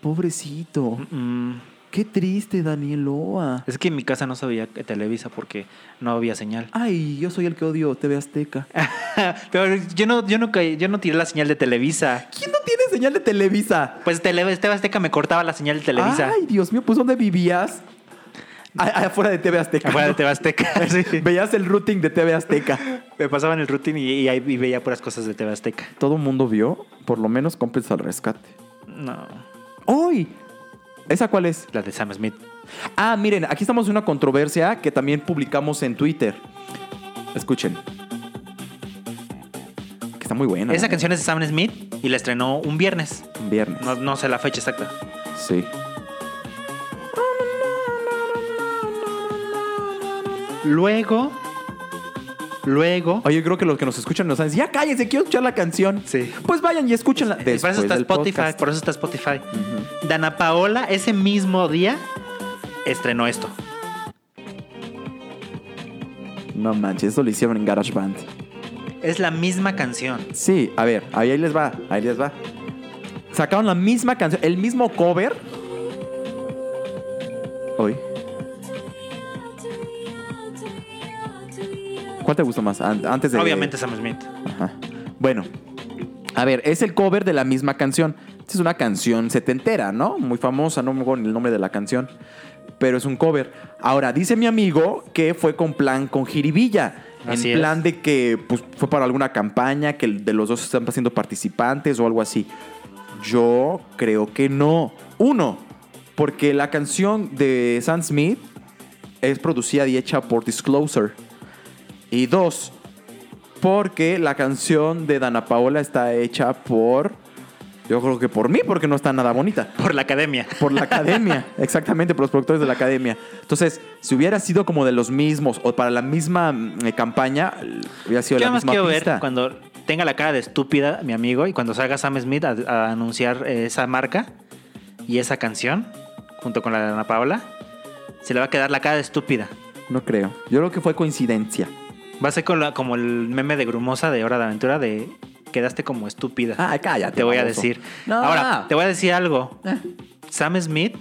[SPEAKER 5] Pobrecito.
[SPEAKER 4] Mm,
[SPEAKER 5] Qué triste, Danieloa.
[SPEAKER 4] es que en mi casa no sabía que Televisa porque no había señal.
[SPEAKER 5] Ay, yo soy el que odio TV Azteca.
[SPEAKER 4] Pero yo no, yo no caí- yo no tiré la señal de Televisa.
[SPEAKER 5] ¿Quién no tiene señal de Televisa?
[SPEAKER 4] Pues Tele- Tele Azteca me cortaba la señal de Televisa.
[SPEAKER 5] Ay, Dios mío, pues ¿dónde vivías? A- afuera de TV Azteca.
[SPEAKER 4] Afuera de
[SPEAKER 5] ¿no?
[SPEAKER 4] TV Azteca. sí.
[SPEAKER 5] Veías el routing de TV Azteca.
[SPEAKER 4] Me pasaban el routine y, y ahí y veía puras cosas de TV Azteca.
[SPEAKER 5] Todo el mundo vio, por lo menos cómplices al rescate.
[SPEAKER 4] No,
[SPEAKER 5] ¡Uy! ¿Esa cuál es?
[SPEAKER 4] la de Sam Smith.
[SPEAKER 5] Ah, miren, aquí estamos en una controversia que también publicamos en Twitter. Escuchen. Que está muy buena.
[SPEAKER 4] Esa
[SPEAKER 5] ¿eh?
[SPEAKER 4] canción es de Sam Smith y la estrenó un viernes.
[SPEAKER 5] Un Viernes.
[SPEAKER 4] No, no sé la fecha exacta.
[SPEAKER 5] Sí.
[SPEAKER 4] Luego, luego.
[SPEAKER 5] Oye, creo que los que nos escuchan nos saben, ya cállense, quiero escuchar la canción.
[SPEAKER 4] Sí.
[SPEAKER 5] Pues vayan y escúchenla. Después
[SPEAKER 4] por eso está
[SPEAKER 5] del
[SPEAKER 4] Spotify.
[SPEAKER 5] podcast.
[SPEAKER 4] Por eso está Spotify. Dana Paola ese mismo día estrenó esto.
[SPEAKER 5] No manches, eso lo hicieron en GarageBand.
[SPEAKER 4] Es la misma canción.
[SPEAKER 5] Sí, a ver, ahí, ahí les va, ahí les va. Sacaron la misma canción, el mismo cover. Hoy. ¿Cuál te gustó más? An- Antes de.
[SPEAKER 4] Obviamente Sam Smith.
[SPEAKER 5] Ajá. Bueno, a ver, es el cover de la misma canción. Esta es una canción setentera, ¿no? Muy famosa, no me acuerdo ni el nombre de la canción. Pero es un cover. Ahora, dice mi amigo que fue con plan con Jiribilla.
[SPEAKER 4] Así
[SPEAKER 5] en
[SPEAKER 4] es.
[SPEAKER 5] plan de que pues, fue para alguna campaña, que de los dos están siendo participantes o algo así. Yo creo que no. Uno, porque la canción de Sam Smith es producida y hecha por Disclosure. Y dos, porque la canción de Dana Paola está hecha por. Yo creo que por mí, porque no está nada bonita.
[SPEAKER 4] Por la academia.
[SPEAKER 5] Por la academia, exactamente, por los productores de la academia. Entonces, si hubiera sido como de los mismos o para la misma mm, eh, campaña, l- hubiera sido
[SPEAKER 4] Yo
[SPEAKER 5] la
[SPEAKER 4] nada más
[SPEAKER 5] misma
[SPEAKER 4] quiero
[SPEAKER 5] pista.
[SPEAKER 4] ver cuando tenga la cara de estúpida mi amigo y cuando salga Sam Smith a, a anunciar eh, esa marca y esa canción junto con la de Dana Paola, se le va a quedar la cara de estúpida.
[SPEAKER 5] No creo. Yo creo que fue coincidencia.
[SPEAKER 4] Va a ser con la- como el meme de Grumosa de Hora de Aventura de quedaste como estúpida.
[SPEAKER 5] Ay, Ah, cállate,
[SPEAKER 4] Te voy a
[SPEAKER 5] baboso.
[SPEAKER 4] decir.
[SPEAKER 5] No.
[SPEAKER 4] Ahora, te voy a decir algo.
[SPEAKER 5] Eh.
[SPEAKER 4] Sam Smith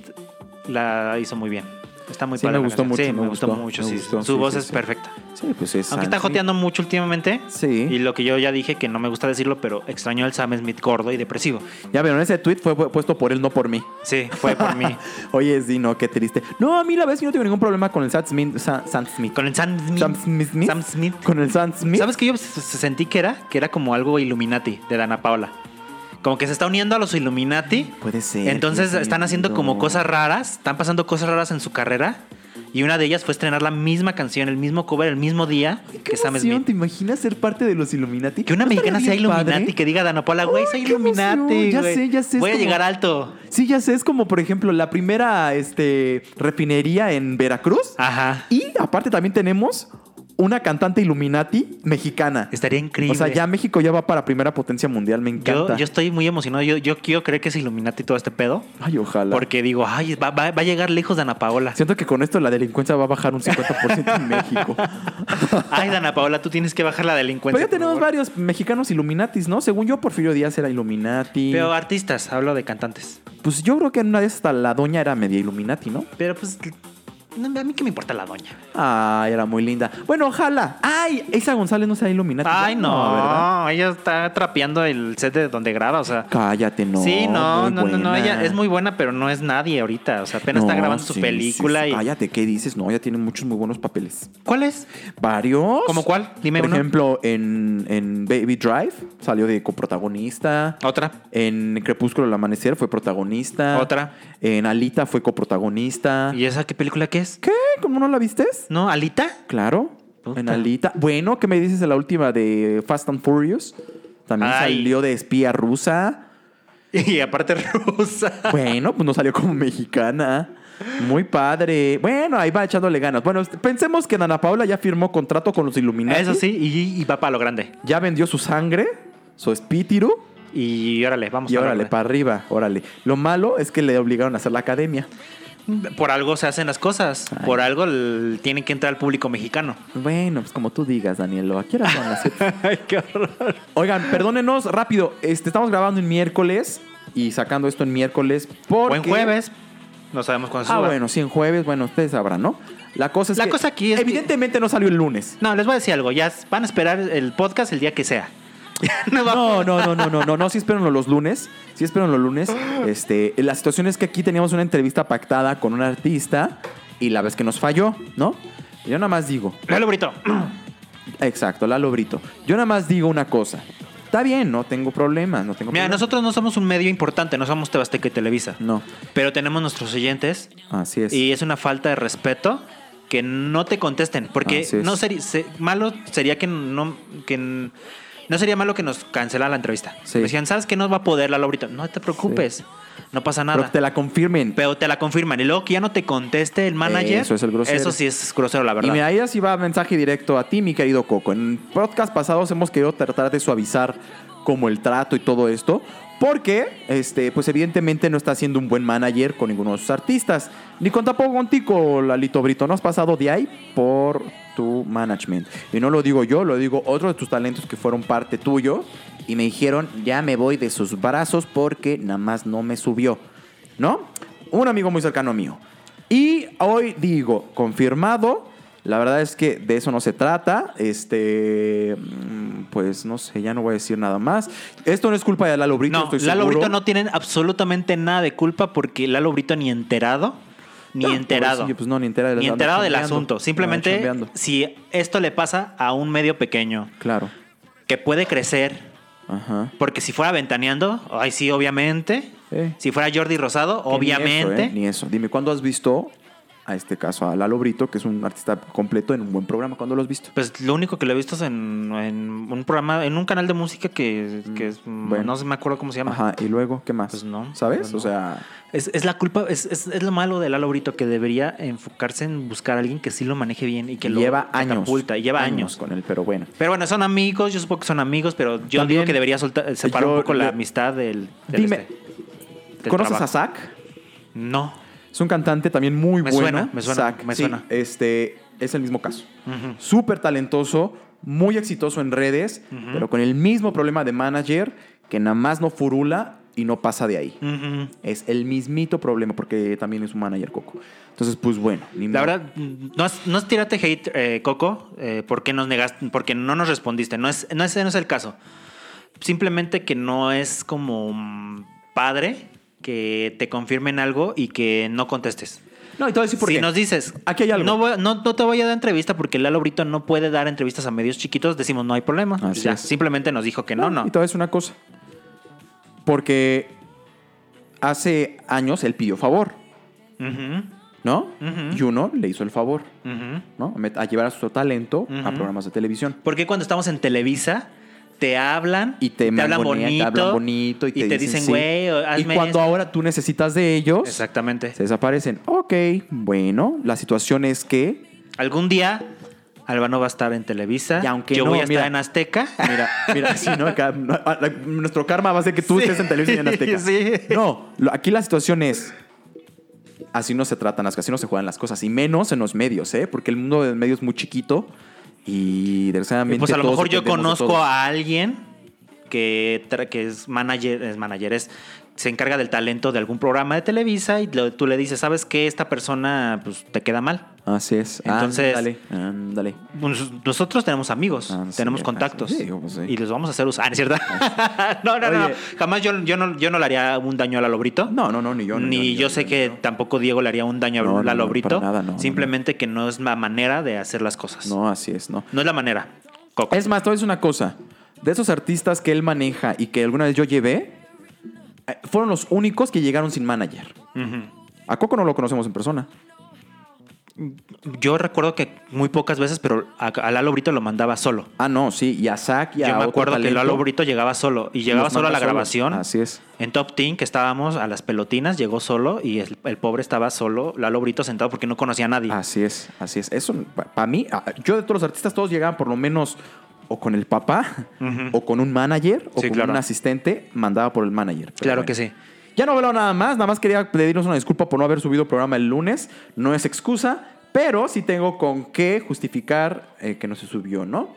[SPEAKER 4] la hizo muy bien. Está muy
[SPEAKER 5] Sí, me
[SPEAKER 4] padre la
[SPEAKER 5] gustó
[SPEAKER 4] canción.
[SPEAKER 5] mucho,
[SPEAKER 4] Sí,
[SPEAKER 5] me
[SPEAKER 4] me, gustó,
[SPEAKER 5] gustó,
[SPEAKER 4] mucho.
[SPEAKER 5] me
[SPEAKER 4] sí.
[SPEAKER 5] gustó,
[SPEAKER 4] Su
[SPEAKER 5] sí,
[SPEAKER 4] voz
[SPEAKER 5] sí,
[SPEAKER 4] es
[SPEAKER 5] sí.
[SPEAKER 4] perfecta.
[SPEAKER 5] Sí, pues es.
[SPEAKER 4] Aunque está
[SPEAKER 5] Sam Smith.
[SPEAKER 4] joteando mucho últimamente.
[SPEAKER 5] Sí.
[SPEAKER 4] Y lo que yo ya dije, que no me gusta decirlo, pero extraño al Sam Smith gordo y depresivo.
[SPEAKER 5] Ya vieron, ese tweet fue pu- puesto por él, no por mí.
[SPEAKER 4] Sí, fue por mí.
[SPEAKER 5] Oye, sí, no, qué triste. No, a mí la vez yo no tengo ningún problema con el Sam Smith. Sam- Sam Smith.
[SPEAKER 4] Con el Sam Smith.
[SPEAKER 5] Sam Smith.
[SPEAKER 4] Sam Smith.
[SPEAKER 5] Con el Sam Smith.
[SPEAKER 4] ¿Sabes qué yo s- s- sentí que era? Que era como algo Illuminati de Dana Paola. Como que se está uniendo a los Illuminati.
[SPEAKER 5] Puede ser.
[SPEAKER 4] Entonces
[SPEAKER 5] Dios
[SPEAKER 4] están
[SPEAKER 5] mío.
[SPEAKER 4] haciendo como cosas raras, están pasando cosas raras en su carrera. Y una de ellas fue estrenar la misma canción, el mismo cover, el mismo día
[SPEAKER 5] Ay,
[SPEAKER 4] que
[SPEAKER 5] ¿Qué
[SPEAKER 4] Sam
[SPEAKER 5] emoción, ¿Te
[SPEAKER 4] Smith.
[SPEAKER 5] imaginas ser parte de los Illuminati?
[SPEAKER 4] Que una
[SPEAKER 5] ¿No estaría
[SPEAKER 4] mexicana sea
[SPEAKER 5] bien
[SPEAKER 4] Illuminati,
[SPEAKER 5] padre?
[SPEAKER 4] que diga Dana Paula, güey,
[SPEAKER 5] Ay,
[SPEAKER 4] soy
[SPEAKER 5] qué emoción.
[SPEAKER 4] Illuminati.
[SPEAKER 5] Ya
[SPEAKER 4] güey.
[SPEAKER 5] sé, ya sé, es
[SPEAKER 4] Voy a
[SPEAKER 5] como-
[SPEAKER 4] llegar alto.
[SPEAKER 5] Sí, ya sé, es como por ejemplo la primera este, refinería en Veracruz.
[SPEAKER 4] Ah. Ajá.
[SPEAKER 5] Y aparte también tenemos una cantante Illuminati mexicana.
[SPEAKER 4] Estaría increíble.
[SPEAKER 5] O sea, ya México ya va para primera potencia mundial, me
[SPEAKER 4] yo,
[SPEAKER 5] encanta.
[SPEAKER 4] yo estoy muy emocionado. Yo, yo quiero creer que es Illuminati todo este pedo.
[SPEAKER 5] Ay, ojalá.
[SPEAKER 4] Porque digo, ay, va, va- va a llegar lejos Dana Paola.
[SPEAKER 5] Siento que con esto la delincuencia va a bajar un 50% en México.
[SPEAKER 4] Ay, Dana Paola, tú tienes que bajar la delincuencia.
[SPEAKER 5] Pero ya
[SPEAKER 4] por
[SPEAKER 5] tenemos
[SPEAKER 4] favor.
[SPEAKER 5] varios mexicanos Illuminatis, ¿no? Según yo, Porfirio Díaz era Illuminati.
[SPEAKER 4] Pero artistas, hablo de cantantes.
[SPEAKER 5] Pues yo creo que en una de esas hasta la doña era media Illuminati, ¿no?
[SPEAKER 4] Pero pues No, a mí que me importa la doña.
[SPEAKER 5] Ay, Ah, era muy linda. Bueno, ojalá. Ay, Isa González no sea iluminada.
[SPEAKER 4] Ay, no,
[SPEAKER 5] ¿verdad?
[SPEAKER 4] ella está trapeando el set de donde graba, o sea.
[SPEAKER 5] Cállate, no.
[SPEAKER 4] sí, no,
[SPEAKER 5] muy
[SPEAKER 4] no, no, no,
[SPEAKER 5] buena.
[SPEAKER 4] ella es muy buena, pero no es nadie ahorita, o sea, apenas está
[SPEAKER 5] No,
[SPEAKER 4] grabando su
[SPEAKER 5] sí,
[SPEAKER 4] película
[SPEAKER 5] sí, sí.
[SPEAKER 4] y
[SPEAKER 5] Cállate, ¿qué dices? No, ella tiene muchos muy buenos papeles.
[SPEAKER 4] ¿Cuál es?
[SPEAKER 5] Varios.
[SPEAKER 4] ¿Cómo cuál? Dime
[SPEAKER 5] Por
[SPEAKER 4] uno.
[SPEAKER 5] ejemplo, en, en Baby Drive salió de coprotagonista.
[SPEAKER 4] Otra.
[SPEAKER 5] En Crepúsculo al Amanecer fue protagonista.
[SPEAKER 4] Otra.
[SPEAKER 5] En Alita fue coprotagonista.
[SPEAKER 4] ¿Y esa qué película qué es?
[SPEAKER 5] ¿Qué? ¿Cómo no la viste?
[SPEAKER 4] ¿No? ¿Alita?
[SPEAKER 5] Claro.
[SPEAKER 4] Puta.
[SPEAKER 5] En Alita. Bueno, ¿qué me dices de la última de Fast and Furious? También
[SPEAKER 4] Ay.
[SPEAKER 5] salió de espía rusa.
[SPEAKER 4] Y aparte rusa.
[SPEAKER 5] Bueno, pues no salió como mexicana. Muy padre. Bueno, ahí va echándole ganas. Bueno, este, pensemos que Dana Paula ya firmó contrato con los Illuminati.
[SPEAKER 4] Eso sí, y, y va para lo grande.
[SPEAKER 5] Ya vendió su sangre, su espíritu.
[SPEAKER 4] Y órale, vamos
[SPEAKER 5] Y
[SPEAKER 4] pa' lo
[SPEAKER 5] órale,
[SPEAKER 4] grande.
[SPEAKER 5] para arriba, órale. Lo malo es que le obligaron a hacer la academia.
[SPEAKER 4] Por algo se hacen las cosas. Por algo el- tienen que entrar al público mexicano.
[SPEAKER 5] Bueno, pues como tú digas, Danielo, aquí eran las siete?
[SPEAKER 4] Ay, qué horror.
[SPEAKER 5] Oigan, perdónenos, rápido. Este, estamos grabando en miércoles y sacando esto en miércoles porque...
[SPEAKER 4] Buen jueves. No sabemos cuándo se
[SPEAKER 5] Ah,
[SPEAKER 4] suba.
[SPEAKER 5] bueno, sí, en jueves, bueno, ustedes sabrán, ¿no? La cosa es
[SPEAKER 4] La
[SPEAKER 5] que
[SPEAKER 4] cosa aquí es que-
[SPEAKER 5] Evidentemente no salió el lunes.
[SPEAKER 4] No, les voy a decir algo. Ya van a esperar el podcast el día que sea. no, va-
[SPEAKER 5] No, no, no, no, no, no, no, sí espérenlo los lunes. Sí espérenlo los lunes. Este, la situación es que aquí teníamos una entrevista pactada con un artista y la vez que nos falló, ¿no? Yo nada más digo,
[SPEAKER 4] Lalo Brito.
[SPEAKER 5] Exacto, Lalo Brito. Yo nada más digo una cosa. Está bien, no tengo problemas, no tengo
[SPEAKER 4] Mira,
[SPEAKER 5] problemas.
[SPEAKER 4] nosotros no somos un medio importante, no somos Tebasteca y Televisa.
[SPEAKER 5] No,
[SPEAKER 4] Pero tenemos nuestros oyentes
[SPEAKER 5] así es.
[SPEAKER 4] y es una falta de respeto que no te contesten. Porque
[SPEAKER 5] Así es.
[SPEAKER 4] no sería malo sería que no. Que n- no sería malo que nos cancelara la entrevista.
[SPEAKER 5] Sí.
[SPEAKER 4] Me decían, ¿sabes qué no va a poder Lalo Brito? No te preocupes, no pasa
[SPEAKER 5] Pero
[SPEAKER 4] nada.
[SPEAKER 5] que te la confirmen.
[SPEAKER 4] Pero te la confirman. Y luego que ya no te conteste el manager.
[SPEAKER 5] Eso es el grosero.
[SPEAKER 4] Eso sí es grosero, la
[SPEAKER 5] Y
[SPEAKER 4] verdad.
[SPEAKER 5] mira, ahí así va mensaje directo a ti, mi querido Coco. En podcast pasados hemos querido tratar de suavizar como el trato y todo esto, porque, este, pues evidentemente no está siendo un buen manager con ninguno de sus artistas, ni con tampoco contigo, Lalito Brito. No has pasado de ahí por tu management. Y no lo digo yo, lo digo otro de tus talentos que fueron parte tuyo y me dijeron, ya me voy de sus brazos porque nada más no me subió, ¿no? Un amigo muy cercano mío. Y hoy digo, confirmado. La verdad es que de eso no se trata. Este. mm, Pues no sé, ya no voy a decir nada más. Esto no es culpa de Lalo Brito,
[SPEAKER 4] no,
[SPEAKER 5] estoy
[SPEAKER 4] Lalo
[SPEAKER 5] seguro.
[SPEAKER 4] Brito no tienen absolutamente nada de culpa porque Lalo Brito ni enterado, ni
[SPEAKER 5] No,
[SPEAKER 4] enterado.
[SPEAKER 5] pobrecillo, pues no, ni enterado del-
[SPEAKER 4] Ni
[SPEAKER 5] anda
[SPEAKER 4] enterado del
[SPEAKER 5] chambeando,
[SPEAKER 4] asunto.
[SPEAKER 5] anda
[SPEAKER 4] Simplemente
[SPEAKER 5] chambeando.
[SPEAKER 4] si esto le pasa a un medio pequeño
[SPEAKER 5] Claro.
[SPEAKER 4] que puede crecer,
[SPEAKER 5] Ajá.
[SPEAKER 4] porque si fuera ventaneando, ay sí, obviamente.
[SPEAKER 5] Sí.
[SPEAKER 4] Si fuera Jordi Rosado,
[SPEAKER 5] Que ni eso,
[SPEAKER 4] obviamente.
[SPEAKER 5] ¿eh? Ni eso, Dime, ¿cuándo has visto a este caso, a Lalo Brito, que es un artista completo en un buen programa? ¿Cuándo lo has visto?
[SPEAKER 4] Pues lo único que lo he visto es en, en un programa, en un canal de música que, que es- mm,
[SPEAKER 5] bueno.
[SPEAKER 4] no se me acuerdo cómo se llama.
[SPEAKER 5] Ajá. ¿Y luego qué más?
[SPEAKER 4] Pues no,
[SPEAKER 5] ¿Sabes?
[SPEAKER 4] pero no.
[SPEAKER 5] O sea.
[SPEAKER 4] Es, es la culpa, es, es- es lo malo de Lalo Brito, que debería enfocarse en buscar a alguien que sí lo maneje bien y que lo
[SPEAKER 5] lleva años.
[SPEAKER 4] catapulta, y lleva años.
[SPEAKER 5] con él, pero bueno.
[SPEAKER 4] Pero bueno, son amigos, yo supongo que son amigos, pero yo
[SPEAKER 5] También-
[SPEAKER 4] digo que debería soltar, separar
[SPEAKER 5] yo-
[SPEAKER 4] un poco la
[SPEAKER 5] yo-
[SPEAKER 4] amistad del. del
[SPEAKER 5] Dime,
[SPEAKER 4] este, del
[SPEAKER 5] ¿conoces
[SPEAKER 4] trabajo.
[SPEAKER 5] a Zach?
[SPEAKER 4] No.
[SPEAKER 5] Es un cantante también muy
[SPEAKER 4] Me
[SPEAKER 5] bueno.
[SPEAKER 4] suena, me suena,
[SPEAKER 5] Zac,
[SPEAKER 4] me
[SPEAKER 5] sí,
[SPEAKER 4] suena.
[SPEAKER 5] Este, es el mismo caso.
[SPEAKER 4] Ujú.
[SPEAKER 5] Súper talentoso, muy exitoso en redes,
[SPEAKER 4] Ujú.
[SPEAKER 5] pero con el mismo problema de manager que nada más no furula y no pasa de ahí.
[SPEAKER 4] Ujú.
[SPEAKER 5] Es el mismito problema porque también es un manager coco. Entonces, pues bueno, ni
[SPEAKER 4] La
[SPEAKER 5] modo.
[SPEAKER 4] verdad, no es, no es tirarte hate, eh, Coco, eh, porque nos negaste, porque no nos respondiste. No es, no es, no es el caso. Simplemente que no es como mm, padre que te confirmen algo y que no contestes.
[SPEAKER 5] No, y te voy a decir por
[SPEAKER 4] si
[SPEAKER 5] qué.
[SPEAKER 4] nos dices,
[SPEAKER 5] Aquí hay algo.
[SPEAKER 4] No, voy- no, no te voy a dar entrevista porque Lalo Brito no puede dar entrevistas a medios chiquitos, decimos no hay problema.
[SPEAKER 5] Así
[SPEAKER 4] Ya,
[SPEAKER 5] es.
[SPEAKER 4] simplemente nos dijo que no, no.
[SPEAKER 5] Y te voy a decir una cosa. Porque hace años él pidió favor,
[SPEAKER 4] Ujú,
[SPEAKER 5] ¿no?
[SPEAKER 4] Ujú.
[SPEAKER 5] Y uno le hizo el favor,
[SPEAKER 4] ujú.
[SPEAKER 5] ¿no? A met- A llevar a su talento a
[SPEAKER 4] Ujú.
[SPEAKER 5] programas de televisión.
[SPEAKER 4] ¿Por qué cuando estamos en Televisa te hablan
[SPEAKER 5] y te,
[SPEAKER 4] hablan
[SPEAKER 5] mangonean,
[SPEAKER 4] bonito?
[SPEAKER 5] te hablan bonito y te,
[SPEAKER 4] dicen,
[SPEAKER 5] sí.
[SPEAKER 4] güey, o hazme
[SPEAKER 5] y cuando
[SPEAKER 4] esto".
[SPEAKER 5] ahora tú necesitas de ellos,
[SPEAKER 4] Exactamente.
[SPEAKER 5] se desaparecen. Ok, bueno, la situación es que,
[SPEAKER 4] Algún día Albano va a estar en Televisa.
[SPEAKER 5] Y aunque
[SPEAKER 4] yo
[SPEAKER 5] no,
[SPEAKER 4] voy a
[SPEAKER 5] mira.
[SPEAKER 4] estar en Azteca.
[SPEAKER 5] mira, mira, sí, ¿no? Acá, no, ah, la- nuestro karma va a ser que tú
[SPEAKER 4] Sí,
[SPEAKER 5] estés en televisión y en Azteca.
[SPEAKER 4] sí.
[SPEAKER 5] No, lo- aquí la situación es, así no se tratan las cosas, así no se juegan las cosas, y menos en los medios, ¿eh? Porque el mundo del medio es muy chiquito y desgraciadamente
[SPEAKER 4] Pues a lo
[SPEAKER 5] todos
[SPEAKER 4] mejor yo
[SPEAKER 5] dependemos de
[SPEAKER 4] conozco
[SPEAKER 5] todos.
[SPEAKER 4] a alguien que, tra- que es manager, es manager, es- se encarga del talento de algún programa de Televisa y lo- tú le dices, ¿sabes qué? Esta persona pues, te queda mal.
[SPEAKER 5] Así es. Ah,
[SPEAKER 4] Entonces-
[SPEAKER 5] Ándale, ándale.
[SPEAKER 4] Nos- Nosotros tenemos amigos,
[SPEAKER 5] Ah, sí,
[SPEAKER 4] tenemos
[SPEAKER 5] ah,
[SPEAKER 4] contactos
[SPEAKER 5] sí, pues, sí. Ah,
[SPEAKER 4] y los vamos a hacer usar, ¿cierto? no, no, no,
[SPEAKER 5] Oye.
[SPEAKER 4] jamás yo, yo, no, yo no le haría un daño a la Lobrito.
[SPEAKER 5] No, no, no, ni yo.
[SPEAKER 4] ni yo, sé
[SPEAKER 5] ni
[SPEAKER 4] que
[SPEAKER 5] yo.
[SPEAKER 4] tampoco Diego le haría un daño
[SPEAKER 5] No,
[SPEAKER 4] a
[SPEAKER 5] no,
[SPEAKER 4] la
[SPEAKER 5] no,
[SPEAKER 4] Lobrito.
[SPEAKER 5] para nada, no, no,
[SPEAKER 4] simplemente que no es la manera de hacer las cosas. No,
[SPEAKER 5] No, así es, no.
[SPEAKER 4] es la manera. Coco.
[SPEAKER 5] Es más, te voy a decir una cosa. De esos artistas que él maneja y que alguna vez yo llevé, eh, fueron los únicos que llegaron sin manager.
[SPEAKER 4] Ujú.
[SPEAKER 5] A Coco no lo conocemos en persona.
[SPEAKER 4] Yo recuerdo que muy pocas veces, pero a, a Lalo Brito lo mandaba solo.
[SPEAKER 5] Ah, no, sí. Y a Zach y a
[SPEAKER 4] Yo me
[SPEAKER 5] otro
[SPEAKER 4] acuerdo que
[SPEAKER 5] talento,
[SPEAKER 4] Lalo Brito llegaba solo y llegaba
[SPEAKER 5] los
[SPEAKER 4] solo a la
[SPEAKER 5] manda solos.
[SPEAKER 4] grabación.
[SPEAKER 5] Así es.
[SPEAKER 4] En Top Team, que estábamos a las pelotinas, llegó solo y el, el pobre estaba solo, Lalo Brito sentado porque no conocía a nadie.
[SPEAKER 5] Así es, así es. Eso, para mí, ah, yo de todos los artistas, todos llegaban por lo menos o con el papá,
[SPEAKER 4] Ujú.
[SPEAKER 5] o con un manager, o
[SPEAKER 4] Sí,
[SPEAKER 5] con
[SPEAKER 4] claro.
[SPEAKER 5] un asistente, mandaba por el manager. Pero
[SPEAKER 4] claro
[SPEAKER 5] bueno.
[SPEAKER 4] que sí.
[SPEAKER 5] Ya no habló nada más, nada más quería pedirnos una disculpa por no haber subido programa el lunes. No es excusa, pero sí tengo con qué justificar eh, que no se subió, ¿no?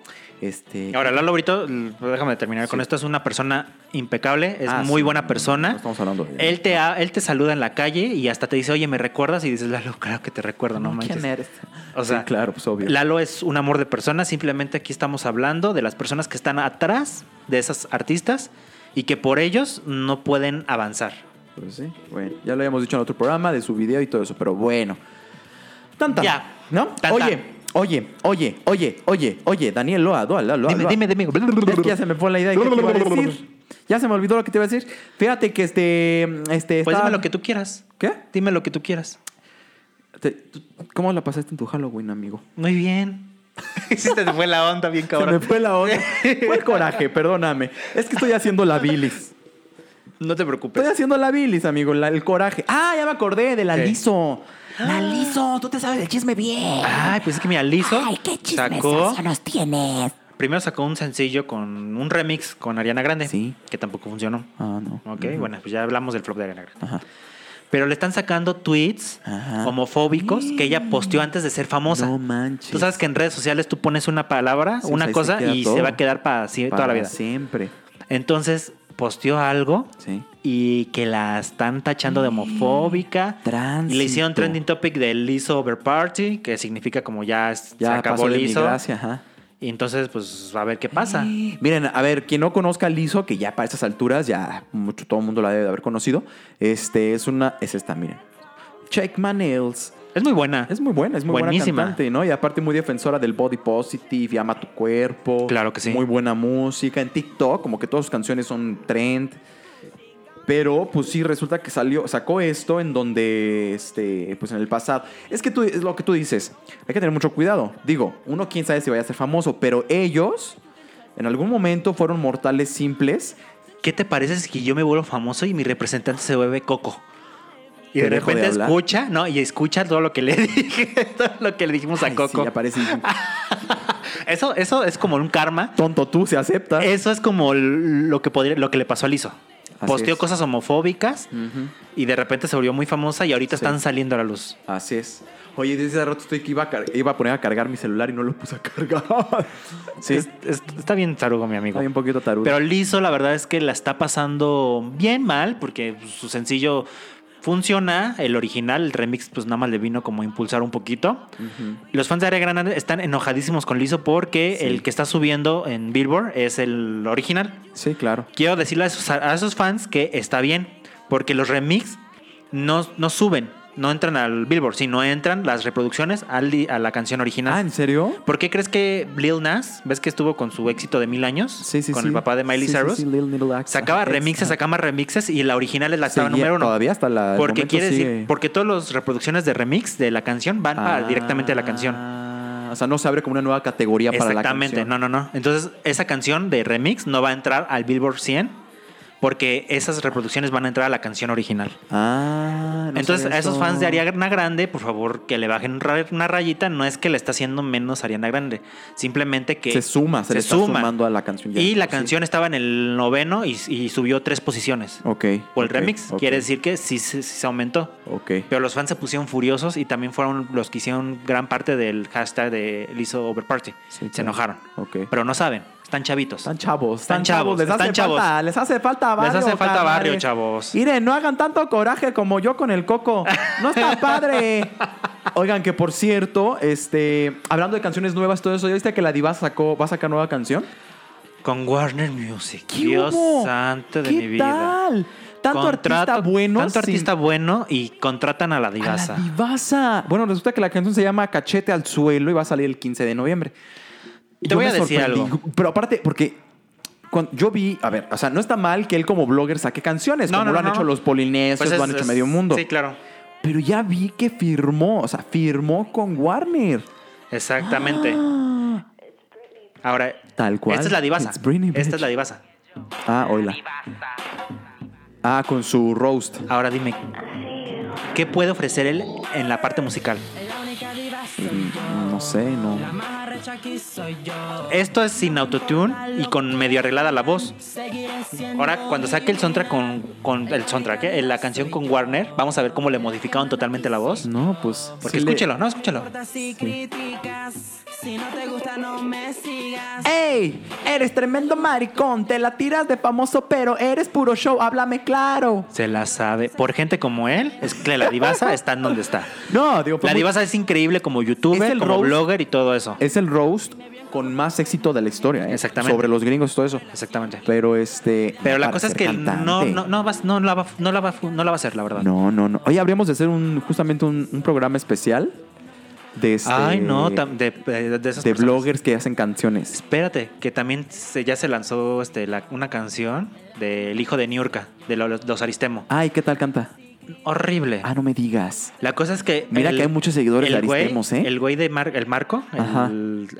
[SPEAKER 5] Este,
[SPEAKER 4] Ahora, Lalo Brito, l- déjame terminar con
[SPEAKER 5] Sí.
[SPEAKER 4] esto, es una persona impecable, es
[SPEAKER 5] Ah,
[SPEAKER 4] muy
[SPEAKER 5] sí,
[SPEAKER 4] buena
[SPEAKER 5] no, no,
[SPEAKER 4] persona.
[SPEAKER 5] no estamos hablando de él.
[SPEAKER 4] él te, ha- él te saluda en la calle y hasta te dice, oye, ¿me recuerdas? Y dices, Lalo, claro que te recuerdo, no, manches.
[SPEAKER 5] ¿Quién eres?
[SPEAKER 4] O sea,
[SPEAKER 5] Sí, claro, pues obvio.
[SPEAKER 4] Lalo es un amor de persona, simplemente aquí estamos hablando de las personas que están atrás de esas artistas y que por ellos no pueden avanzar.
[SPEAKER 5] Pues sí, bueno, ya lo habíamos dicho en otro programa de su video y todo eso, pero bueno. Tan, tan,
[SPEAKER 4] Ya.
[SPEAKER 5] ¿No?
[SPEAKER 4] Tan,
[SPEAKER 5] oye,
[SPEAKER 4] tan.
[SPEAKER 5] oye, oye, oye, oye, oye, Daniel Loa, Loa, Loa, Loa.
[SPEAKER 4] Dime,
[SPEAKER 5] Loa.
[SPEAKER 4] dime, dime.
[SPEAKER 5] Es que ya se me fue la idea de qué te iba a decir. Ya se me olvidó lo que te iba a decir. Fíjate que este. este
[SPEAKER 4] Pues
[SPEAKER 5] estaba-
[SPEAKER 4] dime lo que tú quieras.
[SPEAKER 5] ¿Qué?
[SPEAKER 4] Dime lo que tú quieras.
[SPEAKER 5] Te- tú- ¿Cómo la pasaste en tu Halloween, amigo?
[SPEAKER 4] Muy bien. Sí, te fue la onda bien
[SPEAKER 5] Se me
[SPEAKER 4] cabrón.
[SPEAKER 5] fue la onda. fue el coraje, perdóname. Es que estoy haciendo la bilis.
[SPEAKER 4] No te
[SPEAKER 5] Estoy
[SPEAKER 4] preocupes.
[SPEAKER 5] haciendo la bilis, amigo, la- el coraje. Ah, ya me acordé de la
[SPEAKER 4] ¿Qué?
[SPEAKER 5] liso.
[SPEAKER 4] Ah.
[SPEAKER 5] La liso, tú te sabes el chisme bien.
[SPEAKER 4] Ay, pues es que mira, Lizo
[SPEAKER 3] Ay, qué
[SPEAKER 4] sacó.
[SPEAKER 3] chismesazo nos tienes.
[SPEAKER 4] Primero sacó un sencillo con un remix con Ariana Grande.
[SPEAKER 5] Sí.
[SPEAKER 4] Que tampoco funcionó.
[SPEAKER 5] Ah, no.
[SPEAKER 4] Ok, bueno, pues ya hablamos del flop de Ariana Grande.
[SPEAKER 5] Ajá.
[SPEAKER 4] Pero le están sacando tweets
[SPEAKER 5] Ajá.
[SPEAKER 4] homofóbicos que ella posteó antes de ser famosa.
[SPEAKER 5] No manches.
[SPEAKER 4] Tú sabes que en redes sociales tú pones una palabra,
[SPEAKER 5] Sí, pues
[SPEAKER 4] una
[SPEAKER 5] ahí se
[SPEAKER 4] cosa
[SPEAKER 5] queda
[SPEAKER 4] y
[SPEAKER 5] todo.
[SPEAKER 4] se va a quedar para sí, toda la
[SPEAKER 5] Para
[SPEAKER 4] vida.
[SPEAKER 5] Siempre.
[SPEAKER 4] Entonces posteó algo
[SPEAKER 5] Sí.
[SPEAKER 4] y que la están tachando de homofóbica.
[SPEAKER 5] Mm, Tránsito.
[SPEAKER 4] Y le hicieron trending topic del Lizzo over party, que significa como ya, es- se
[SPEAKER 5] Ya
[SPEAKER 4] acabó
[SPEAKER 5] pasó de mi
[SPEAKER 4] Lizzo.
[SPEAKER 5] gracia, ajá.
[SPEAKER 4] Y entonces, pues, a ver qué pasa.
[SPEAKER 5] Miren, a ver, quien no conozca a Lizo, que ya para estas alturas, ya mucho todo el mundo la debe de haber conocido, este es una, es esta, miren. Check my nails.
[SPEAKER 4] Es muy buena.
[SPEAKER 5] Es muy buena, es muy
[SPEAKER 4] Buenísima.
[SPEAKER 5] buena cantante, ¿no? Y aparte muy defensora del body positive y ama tu cuerpo.
[SPEAKER 4] Claro que sí.
[SPEAKER 5] Muy buena música. En TikTok, como que todas sus canciones son trend. Pero, pues sí, resulta que salió, sacó esto en donde, este, pues en el pasado. Es que tú, es lo que tú dices, hay que tener mucho cuidado. Digo, uno quién sabe si vaya a ser famoso, pero ellos en algún momento fueron mortales simples.
[SPEAKER 4] ¿Qué te parece si yo me vuelvo famoso y mi representante se vuelve Coco? Y de
[SPEAKER 5] ¿Te dejo de
[SPEAKER 4] repente
[SPEAKER 5] hablar?
[SPEAKER 4] escucha, ¿no? Y escucha todo lo que le dije, todo lo que le dijimos a
[SPEAKER 5] Ay,
[SPEAKER 4] Coco.
[SPEAKER 5] Sí, aparece
[SPEAKER 4] eso, eso es como un karma.
[SPEAKER 5] tonto tú, se acepta.
[SPEAKER 4] Eso es como l- lo que, podría, lo que le pasó a Lizo.
[SPEAKER 5] Así
[SPEAKER 4] Posteó
[SPEAKER 5] es.
[SPEAKER 4] cosas homofóbicas
[SPEAKER 5] Ujú.
[SPEAKER 4] y de repente se volvió muy famosa y ahorita
[SPEAKER 5] Sí.
[SPEAKER 4] están saliendo a la luz.
[SPEAKER 5] Así es. Oye, desde hace rato estoy que iba a, car- iba a poner a cargar mi celular y no lo puse a cargar. sí.
[SPEAKER 4] Es- es- está bien tarugo, mi amigo.
[SPEAKER 5] Está un poquito tarudo.
[SPEAKER 4] Pero Lizo, la verdad es que la está pasando bien mal porque su sencillo funciona, el original, el remix, pues nada más le vino como a impulsar un poquito. Los fans de Ariana Grande están enojadísimos con Lizo porque
[SPEAKER 5] Sí.
[SPEAKER 4] el que está subiendo en Billboard es el original.
[SPEAKER 5] sí, claro.
[SPEAKER 4] Quiero decirle a esos, a esos fans que está bien porque los remix no, no suben, no entran al Billboard, sino entran las reproducciones al di- a la canción original.
[SPEAKER 5] Ah, ¿en serio?
[SPEAKER 4] ¿Por qué crees que Lil Nas, ves que estuvo con su éxito de mil años?
[SPEAKER 5] Sí, sí,
[SPEAKER 4] Con
[SPEAKER 5] sí.
[SPEAKER 4] el papá de Miley
[SPEAKER 5] Sí, sí,
[SPEAKER 4] Cyrus.
[SPEAKER 5] sí, Lil Little Axe.
[SPEAKER 4] Sacaba
[SPEAKER 5] Ajá,
[SPEAKER 4] remixes,
[SPEAKER 5] exacto.
[SPEAKER 4] sacaba remixes y la original es la octava
[SPEAKER 5] Seguía
[SPEAKER 4] número uno.
[SPEAKER 5] todavía hasta la- el
[SPEAKER 4] Porque
[SPEAKER 5] momento
[SPEAKER 4] quiere
[SPEAKER 5] sigue.
[SPEAKER 4] decir, porque todas las reproducciones de remix de la canción van para-
[SPEAKER 5] Ah,
[SPEAKER 4] directamente a la canción.
[SPEAKER 5] O sea, no se abre como una nueva categoría para la canción.
[SPEAKER 4] Exactamente, no, no, no. Entonces, esa canción de remix no va a entrar al Billboard 100 porque esas reproducciones van a entrar a la canción original.
[SPEAKER 5] Ah, no
[SPEAKER 4] Entonces,
[SPEAKER 5] sabía
[SPEAKER 4] a esos
[SPEAKER 5] eso.
[SPEAKER 4] fans de Ariana Grande, por favor, que le bajen un ra- una rayita. No es que le está haciendo menos a Ariana Grande. Simplemente que...
[SPEAKER 5] Se suma, se, le está
[SPEAKER 4] suma.
[SPEAKER 5] sumando a la canción. ya.
[SPEAKER 4] Y la
[SPEAKER 5] Sí.
[SPEAKER 4] canción estaba en el noveno y, y subió tres posiciones.
[SPEAKER 5] Ok.
[SPEAKER 4] Por
[SPEAKER 5] ok,
[SPEAKER 4] el remix.
[SPEAKER 5] ok,
[SPEAKER 4] Quiere decir que sí, se- sí se aumentó.
[SPEAKER 5] Ok.
[SPEAKER 4] Pero los fans se pusieron furiosos y también fueron los que hicieron gran parte del hashtag de Lizzo Over Party.
[SPEAKER 5] Sí,
[SPEAKER 4] se
[SPEAKER 5] claro.
[SPEAKER 4] enojaron.
[SPEAKER 5] Ok.
[SPEAKER 4] Pero no saben. Están chavitos.
[SPEAKER 5] Están chavos,
[SPEAKER 4] Están
[SPEAKER 5] están chavos,
[SPEAKER 4] chavos,
[SPEAKER 5] les hace
[SPEAKER 4] están chavos.
[SPEAKER 5] falta, les hace falta barrio.
[SPEAKER 4] hace falta
[SPEAKER 5] carnales.
[SPEAKER 4] barrio, chavos.
[SPEAKER 5] Miren, no hagan tanto coraje como yo con el coco. No está padre. Oigan, que por cierto, este, hablando de canciones nuevas, todo eso, ¿ya viste que la diva sacó, va a sacar nueva canción?
[SPEAKER 4] Con Warner Music.
[SPEAKER 5] ¿Qué
[SPEAKER 4] Dios
[SPEAKER 5] hubo?
[SPEAKER 4] santo de
[SPEAKER 5] ¿Qué
[SPEAKER 4] mi vida.
[SPEAKER 5] tal? Tanto artista
[SPEAKER 4] Contrato-
[SPEAKER 5] bueno.
[SPEAKER 4] Tanto
[SPEAKER 5] sin- Pues
[SPEAKER 4] artista bueno y contratan a la
[SPEAKER 5] a
[SPEAKER 4] divasa.
[SPEAKER 5] la divasa. Bueno, resulta que la canción se llama Cachete al suelo y va a salir el 15 de noviembre.
[SPEAKER 4] Te
[SPEAKER 5] Yo
[SPEAKER 4] voy
[SPEAKER 5] me
[SPEAKER 4] a decir
[SPEAKER 5] sorprendí.
[SPEAKER 4] algo.
[SPEAKER 5] Pero aparte, porque cuando yo vi, a ver, o sea, no está mal que él como blogger saque canciones,
[SPEAKER 4] No,
[SPEAKER 5] como
[SPEAKER 4] no,
[SPEAKER 5] lo
[SPEAKER 4] no,
[SPEAKER 5] han
[SPEAKER 4] no.
[SPEAKER 5] hecho los polinesios,
[SPEAKER 4] Pues
[SPEAKER 5] lo
[SPEAKER 4] es-
[SPEAKER 5] han hecho
[SPEAKER 4] es-
[SPEAKER 5] medio mundo.
[SPEAKER 4] Sí, claro.
[SPEAKER 5] Pero ya vi que firmó, o sea, firmó con Warner.
[SPEAKER 4] Exactamente.
[SPEAKER 5] Ah.
[SPEAKER 4] Ahora,
[SPEAKER 5] Tal cual.
[SPEAKER 4] Esta es la divasa.
[SPEAKER 5] It's Britney,
[SPEAKER 4] Esta
[SPEAKER 5] bitch.
[SPEAKER 4] es la divasa.
[SPEAKER 5] Ah, oíla. Ah, con su roast.
[SPEAKER 4] Ahora dime, ¿qué puede ofrecer él en la parte musical?
[SPEAKER 5] Mm, No sé, no.
[SPEAKER 4] Esto es sin autotune y con medio arreglada la voz. Ahora, cuando saque el soundtrack con, con el soundtrack, ¿eh? la canción con Warner, vamos a ver cómo le modificaron totalmente la voz.
[SPEAKER 5] No, pues.
[SPEAKER 4] Porque
[SPEAKER 5] sí le-
[SPEAKER 4] escúchelo, no, escúchelo.
[SPEAKER 3] importa si criticas, si no te gusta no me sigas.
[SPEAKER 5] ¡Ey! Eres tremendo maricón, te la tiras de famoso, pero eres puro show, háblame claro.
[SPEAKER 4] Se la sabe. Por gente como él, es que la divasa está en donde está.
[SPEAKER 5] No, digo, fue
[SPEAKER 4] La
[SPEAKER 5] muy-
[SPEAKER 4] divasa es increíble como youtuber,
[SPEAKER 5] el
[SPEAKER 4] como
[SPEAKER 5] roast.
[SPEAKER 4] blogger y todo eso.
[SPEAKER 5] es el roast con más éxito de la historia, ¿eh?
[SPEAKER 4] Exactamente.
[SPEAKER 5] Sobre los gringos y todo eso.
[SPEAKER 4] Exactamente.
[SPEAKER 5] Pero este.
[SPEAKER 4] Pero la
[SPEAKER 5] para
[SPEAKER 4] cosa es
[SPEAKER 5] ser
[SPEAKER 4] que
[SPEAKER 5] cantante.
[SPEAKER 4] no, no, no, vas- no, la va, no, la va, no la va a hacer, la verdad.
[SPEAKER 5] No, no, no. Oye, habríamos de hacer un, justamente un, un programa especial de este-
[SPEAKER 4] Ay, no, tam- de, eh, de, de esas
[SPEAKER 5] de
[SPEAKER 4] personas.
[SPEAKER 5] bloggers que hacen canciones.
[SPEAKER 4] Espérate, que también se, ya se lanzó este, la- una canción del hijo de Niurka, de lo- los, Aristemo.
[SPEAKER 5] Ay, ¿qué tal canta?
[SPEAKER 4] Horrible.
[SPEAKER 5] Ah, no me digas.
[SPEAKER 4] La cosa es que.
[SPEAKER 5] Mira que hay muchos seguidores de
[SPEAKER 4] el güey-
[SPEAKER 5] Aristemos, ¿eh?
[SPEAKER 4] El güey de Mar- el Marco, el-
[SPEAKER 5] Ajá.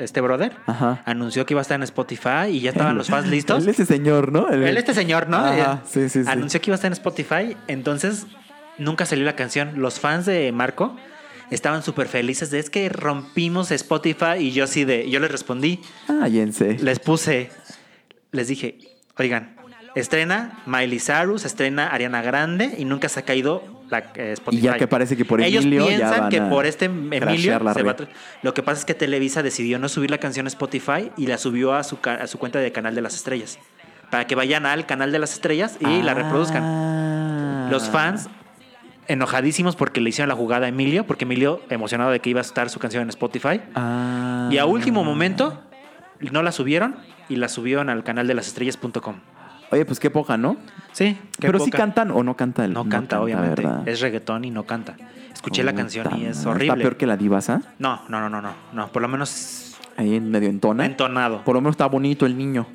[SPEAKER 4] este brother,
[SPEAKER 5] Ajá.
[SPEAKER 4] anunció que iba a estar en Spotify y ya estaban los fans listos.
[SPEAKER 5] Él es ese señor, ¿no? El-
[SPEAKER 4] Él, este señor, ¿no?
[SPEAKER 5] Ajá,
[SPEAKER 4] Eh,
[SPEAKER 5] sí, sí, sí.
[SPEAKER 4] Anunció que iba a estar en Spotify, entonces nunca salió la canción. Los fans de Marco estaban súper felices de es que rompimos Spotify y yo así de, yo les respondí,
[SPEAKER 5] Ah, Cállense.
[SPEAKER 4] les puse, les dije, oigan, estrena Miley Cyrus, estrena Ariana Grande y nunca se ha caído la eh, Spotify.
[SPEAKER 5] Y ya que parece que por
[SPEAKER 4] Ellos
[SPEAKER 5] Emilio ya
[SPEAKER 4] piensan
[SPEAKER 5] van
[SPEAKER 4] que
[SPEAKER 5] a
[SPEAKER 4] por este Emilio
[SPEAKER 5] crashearla
[SPEAKER 4] se va a
[SPEAKER 5] arriba.
[SPEAKER 4] tra- Lo que pasa es que Televisa decidió no subir la canción a Spotify y la subió a su, ca- a su cuenta de Canal de las Estrellas. Para que vayan al Canal de las Estrellas y la reproduzcan.
[SPEAKER 5] Ah.
[SPEAKER 4] Los fans enojadísimos porque le hicieron la jugada a Emilio, porque Emilio emocionado de que iba a estar su canción en Spotify.
[SPEAKER 5] Ah.
[SPEAKER 4] Y a último momento no la subieron y la subieron al canal de las estrellas.com.
[SPEAKER 5] Oye, pues qué poca, ¿no?
[SPEAKER 4] Sí,
[SPEAKER 5] Pero sí
[SPEAKER 4] canta.
[SPEAKER 5] cantan o no canta el
[SPEAKER 4] No, canta, obviamente.
[SPEAKER 5] ¿verdad?
[SPEAKER 4] Es reggaetón y no canta. Escuché la
[SPEAKER 5] Puta
[SPEAKER 4] canción y es
[SPEAKER 5] madre. Está
[SPEAKER 4] horrible.
[SPEAKER 5] peor que la divasa.
[SPEAKER 4] No, no, no, no, no, no. Por lo menos
[SPEAKER 5] Ahí en medio entona.
[SPEAKER 4] entonado.
[SPEAKER 5] Por lo menos está bonito el niño.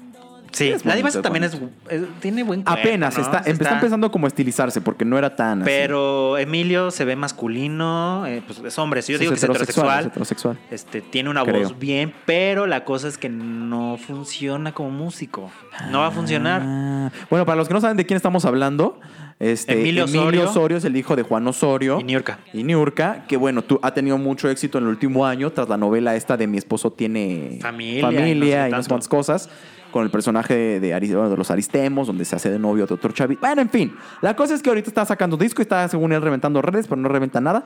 [SPEAKER 4] sí,
[SPEAKER 5] es
[SPEAKER 4] la
[SPEAKER 5] bonito,
[SPEAKER 4] divasa
[SPEAKER 5] es
[SPEAKER 4] también es, es- tiene buen cuerpo,
[SPEAKER 5] Apenas
[SPEAKER 4] ¿no?
[SPEAKER 5] está,
[SPEAKER 4] Sí
[SPEAKER 5] empe- está empezando como a estilizarse porque no era tan. así.
[SPEAKER 4] Pero Emilio se ve masculino, eh, pues es hombre. Si yo
[SPEAKER 5] Sí,
[SPEAKER 4] digo que es heterosexual,
[SPEAKER 5] es heterosexual.
[SPEAKER 4] este, tiene una
[SPEAKER 5] Creo.
[SPEAKER 4] voz bien, pero la cosa es que no funciona como músico. No va a funcionar.
[SPEAKER 5] Ah, bueno, para los que no saben de quién estamos hablando, este,
[SPEAKER 4] Emilio
[SPEAKER 5] Emilio,
[SPEAKER 4] Osorio.
[SPEAKER 5] Osorio. es el hijo de Juan Osorio
[SPEAKER 4] Y Niurka.
[SPEAKER 5] y Niurka, que bueno, tú, ha tenido mucho éxito en el último año tras la novela esta de Mi esposo tiene
[SPEAKER 4] Familia, y no
[SPEAKER 5] familia
[SPEAKER 4] sé
[SPEAKER 5] y no
[SPEAKER 4] tanto.
[SPEAKER 5] sé cuántas cosas, con el personaje de, Ari- bueno, de los Aristemos, donde se hace de novio de otro chavito. Bueno, en fin, la cosa es que ahorita está sacando disco y está, según él, reventando redes, pero no reventa nada.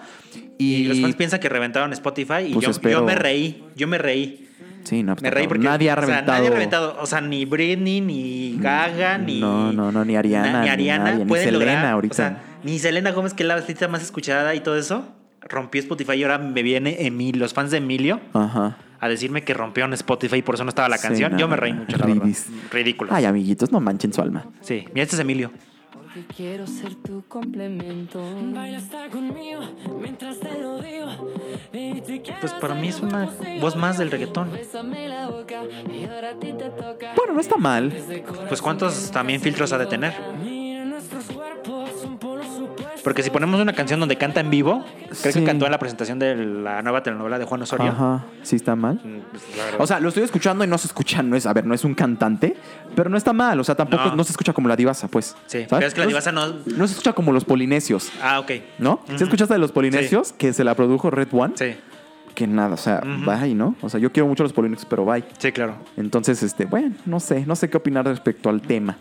[SPEAKER 4] Y,
[SPEAKER 5] Y,
[SPEAKER 4] los fans piensan que reventaron Spotify
[SPEAKER 5] Pues
[SPEAKER 4] y yo- yo,
[SPEAKER 5] espero-
[SPEAKER 4] me reí, yo me reí.
[SPEAKER 5] Sí, no,
[SPEAKER 4] Me reí porque
[SPEAKER 5] nadie ha
[SPEAKER 4] o sea,
[SPEAKER 5] reventado. Mm,
[SPEAKER 4] nadie ha reventado. O sea, ni Britney, ni Gaga, ni.
[SPEAKER 5] No, no, no, ni Ariana,
[SPEAKER 4] na- Ni
[SPEAKER 5] ni
[SPEAKER 4] Ariana,
[SPEAKER 5] nadie, ni
[SPEAKER 4] pueden
[SPEAKER 5] Selena
[SPEAKER 4] lograr,
[SPEAKER 5] ahorita.
[SPEAKER 4] O sea, ni Selena Gómez, que es la artista más escuchada y todo eso, rompió Spotify y ahora me viene Emil- los fans de Emilio
[SPEAKER 5] Ajá.
[SPEAKER 4] a decirme que rompió en Spotify y por eso no estaba la
[SPEAKER 5] Sí,
[SPEAKER 4] canción.
[SPEAKER 5] no,
[SPEAKER 4] yo me
[SPEAKER 5] no,
[SPEAKER 4] reí
[SPEAKER 5] no,
[SPEAKER 4] mucho, la verdad.
[SPEAKER 5] ridis.
[SPEAKER 4] Ridículo.
[SPEAKER 5] Ay, amiguitos, no manchen su alma.
[SPEAKER 4] Sí, mira, este es Emilio.
[SPEAKER 6] Porque quiero ser tu complemento.
[SPEAKER 3] Baila hasta conmigo mientras te lo digo. Y te quiero
[SPEAKER 4] Pues para
[SPEAKER 3] hacer
[SPEAKER 4] mí es
[SPEAKER 3] lo
[SPEAKER 4] una
[SPEAKER 3] posible.
[SPEAKER 4] voz más del reggaetón.
[SPEAKER 6] Bésame la boca y ahora a ti te toca.
[SPEAKER 5] Bueno, no está mal.
[SPEAKER 4] Pues cuántos también filtros ha de tener.
[SPEAKER 3] Mira nuestros cuerpos son polos opuestos.
[SPEAKER 4] Porque si ponemos una canción donde canta en vivo, creo que
[SPEAKER 5] Sí.
[SPEAKER 4] cantó en la presentación de la nueva telenovela de Juan Osorio.
[SPEAKER 5] Ajá, sí está mal.
[SPEAKER 4] Mm, pues, la verdad.
[SPEAKER 5] O sea, lo estoy escuchando y no se escucha, no es, a ver, no es un cantante, pero no está mal, o sea, tampoco
[SPEAKER 4] No.
[SPEAKER 5] no, se escucha como la divasa, pues.
[SPEAKER 4] Sí,
[SPEAKER 5] ¿sabes?
[SPEAKER 4] pero es que la
[SPEAKER 5] No
[SPEAKER 4] divasa no.
[SPEAKER 5] se- No se escucha como los polinesios,
[SPEAKER 4] Ah, ok.
[SPEAKER 5] ¿no?
[SPEAKER 4] Ujú.
[SPEAKER 5] ¿Sí escuchaste de los polinesios que se la produjo Red One?
[SPEAKER 4] Sí,
[SPEAKER 5] Que nada, o sea,
[SPEAKER 4] Ujú.
[SPEAKER 5] bye, ¿no? O sea, yo quiero mucho a los polinesios, pero bye.
[SPEAKER 4] sí, claro.
[SPEAKER 5] Entonces, este, bueno, no sé, no sé qué opinar respecto al tema.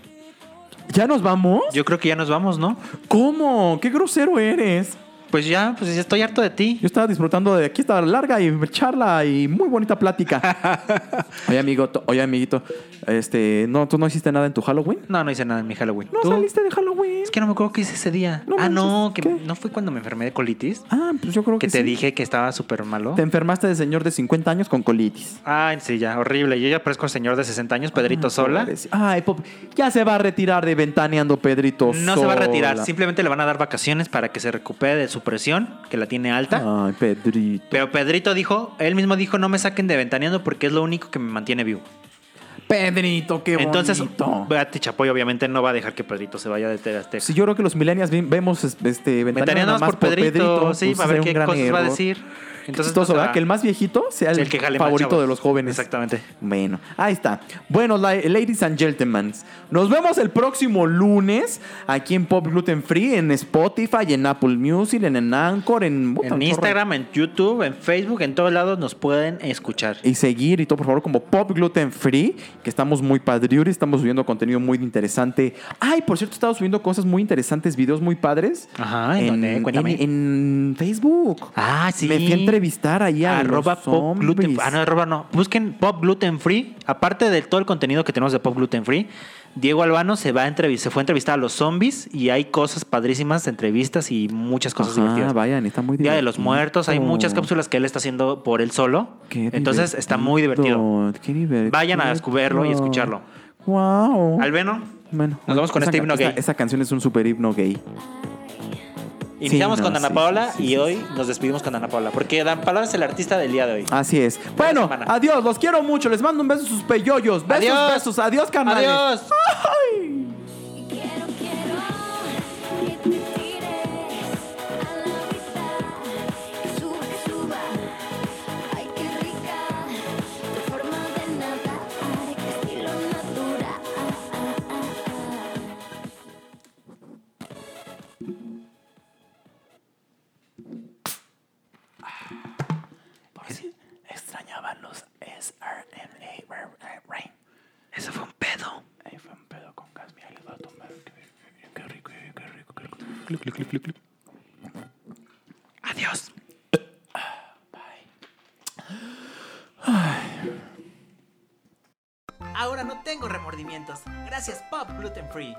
[SPEAKER 5] ¿Ya nos vamos?
[SPEAKER 4] Yo creo que ya nos vamos, ¿no?
[SPEAKER 5] ¿Cómo? ¡Qué grosero eres!
[SPEAKER 4] Pues ya, pues ya estoy harto de ti.
[SPEAKER 5] Yo estaba disfrutando de aquí esta larga y charla y muy bonita plática. oye, amigo, to- oye, amiguito, este, no, tú no hiciste nada en tu Halloween.
[SPEAKER 4] No, no hice nada en mi Halloween.
[SPEAKER 5] No
[SPEAKER 4] ¿Tú?
[SPEAKER 5] saliste de Halloween.
[SPEAKER 4] Es que no me acuerdo qué hice ese día.
[SPEAKER 5] No
[SPEAKER 4] ah, no,
[SPEAKER 5] manches,
[SPEAKER 4] que
[SPEAKER 5] ¿qué?
[SPEAKER 4] no fue cuando me enfermé de colitis.
[SPEAKER 5] Ah, pues yo creo que,
[SPEAKER 4] que te
[SPEAKER 5] sí.
[SPEAKER 4] dije que estaba súper malo.
[SPEAKER 5] Te enfermaste de señor de 50 años con colitis. Ah,
[SPEAKER 4] Ay, sí, ya, horrible. Yo ya parezco el señor de 60 años, Pedrito Sola.
[SPEAKER 5] Ay, pop, ya se va a retirar de ventaneando Pedrito
[SPEAKER 4] No se va a retirar,
[SPEAKER 5] Sola.
[SPEAKER 4] simplemente le van a dar vacaciones para que se recupere de su presión, que la tiene alta.
[SPEAKER 5] Ay, Pedrito.
[SPEAKER 4] Pero Pedrito dijo, él mismo dijo, no me saquen de ventaneando porque es lo único que me mantiene vivo.
[SPEAKER 5] Pedrito, qué
[SPEAKER 4] Entonces,
[SPEAKER 5] bonito.
[SPEAKER 4] Beati Chapoy obviamente no va a dejar que Pedrito se vaya de Terazteca.
[SPEAKER 5] Sí, yo creo que los millennials vi- vemos es- este
[SPEAKER 4] Ventaneando
[SPEAKER 5] nada
[SPEAKER 4] más por Pedrito, sí,
[SPEAKER 5] pues,
[SPEAKER 4] a ver
[SPEAKER 5] es un
[SPEAKER 4] qué
[SPEAKER 5] gran
[SPEAKER 4] cosas va a
[SPEAKER 5] error.
[SPEAKER 4] decir. Entonces,
[SPEAKER 5] Chistoso,
[SPEAKER 4] pues,
[SPEAKER 5] ¿verdad?
[SPEAKER 4] ah,
[SPEAKER 5] Que el más viejito sea el,
[SPEAKER 4] el que jale más,
[SPEAKER 5] favorito
[SPEAKER 4] chavos.
[SPEAKER 5] de los jóvenes.
[SPEAKER 4] Exactamente.
[SPEAKER 5] Bueno, ahí está. Bueno, la- ladies and gentlemen, nos vemos el próximo lunes aquí en Pop Gluten Free, en Spotify, en Apple Music, en, en Anchor, en, puta, un
[SPEAKER 4] en
[SPEAKER 5] chorro.
[SPEAKER 4] Instagram, en YouTube, en Facebook, en todos lados nos pueden escuchar.
[SPEAKER 5] Y seguir y todo, por favor, como Pop Gluten Free, que estamos muy padriuri, estamos subiendo contenido muy interesante. Ay, por cierto, estamos subiendo cosas muy interesantes, videos muy padres.
[SPEAKER 4] Ajá, ¿en dónde? Cuéntame.
[SPEAKER 5] en- en Facebook.
[SPEAKER 4] Ah, sí.
[SPEAKER 5] Me fui a entrevistar ahí a
[SPEAKER 4] arroba
[SPEAKER 5] los
[SPEAKER 4] pop gluten
[SPEAKER 5] zombies.
[SPEAKER 4] ah, no, arroba no. Busquen pop gluten free. Aparte de todo el contenido que tenemos de pop gluten free, Diego Albano se va a entrevistar, se fue a entrevistar a los zombies y hay cosas padrísimas, entrevistas y muchas cosas
[SPEAKER 5] Ajá,
[SPEAKER 4] divertidas.
[SPEAKER 5] vayan, está muy
[SPEAKER 4] Día de los
[SPEAKER 5] divertido.
[SPEAKER 4] Muertos, hay muchas cápsulas que él está haciendo por él solo.
[SPEAKER 5] Qué
[SPEAKER 4] Entonces está muy divertido.
[SPEAKER 5] qué divertido.
[SPEAKER 4] Vayan a descubrirlo y escucharlo.
[SPEAKER 5] Wow.
[SPEAKER 4] Albeno,
[SPEAKER 5] Bueno,
[SPEAKER 4] nos vamos con
[SPEAKER 5] esa
[SPEAKER 4] este
[SPEAKER 5] ca-
[SPEAKER 4] himno
[SPEAKER 5] esa-
[SPEAKER 4] gay.
[SPEAKER 5] Esa canción es un super himno gay.
[SPEAKER 4] iniciamos
[SPEAKER 5] no,
[SPEAKER 4] con Ana
[SPEAKER 5] sí,
[SPEAKER 4] Paola
[SPEAKER 5] sí, sí,
[SPEAKER 4] y
[SPEAKER 5] sí,
[SPEAKER 4] hoy nos despedimos con Ana Paola, porque Ana Paola es el artista del día de hoy.
[SPEAKER 5] Así es. Bueno,
[SPEAKER 4] semana.
[SPEAKER 5] adiós, los quiero mucho. Les mando un beso a sus peyoyos. Besos,
[SPEAKER 4] Adiós.
[SPEAKER 5] besos. Adiós, canales.
[SPEAKER 4] Adiós.
[SPEAKER 2] Quiero, quiero que te tires a la vista, que suba, que suba, ay qué rica, tu forma de nadar, qué estilo natural.
[SPEAKER 5] Extrañaban los SRNA.
[SPEAKER 4] Eso fue un pedo.
[SPEAKER 5] Ahí fue un pedo con gas. Mira, les voy a tomar. Qué rico, qué rico, qué rico.
[SPEAKER 4] Adiós.
[SPEAKER 7] Ahora no tengo remordimientos. Gracias Pop Gluten Free.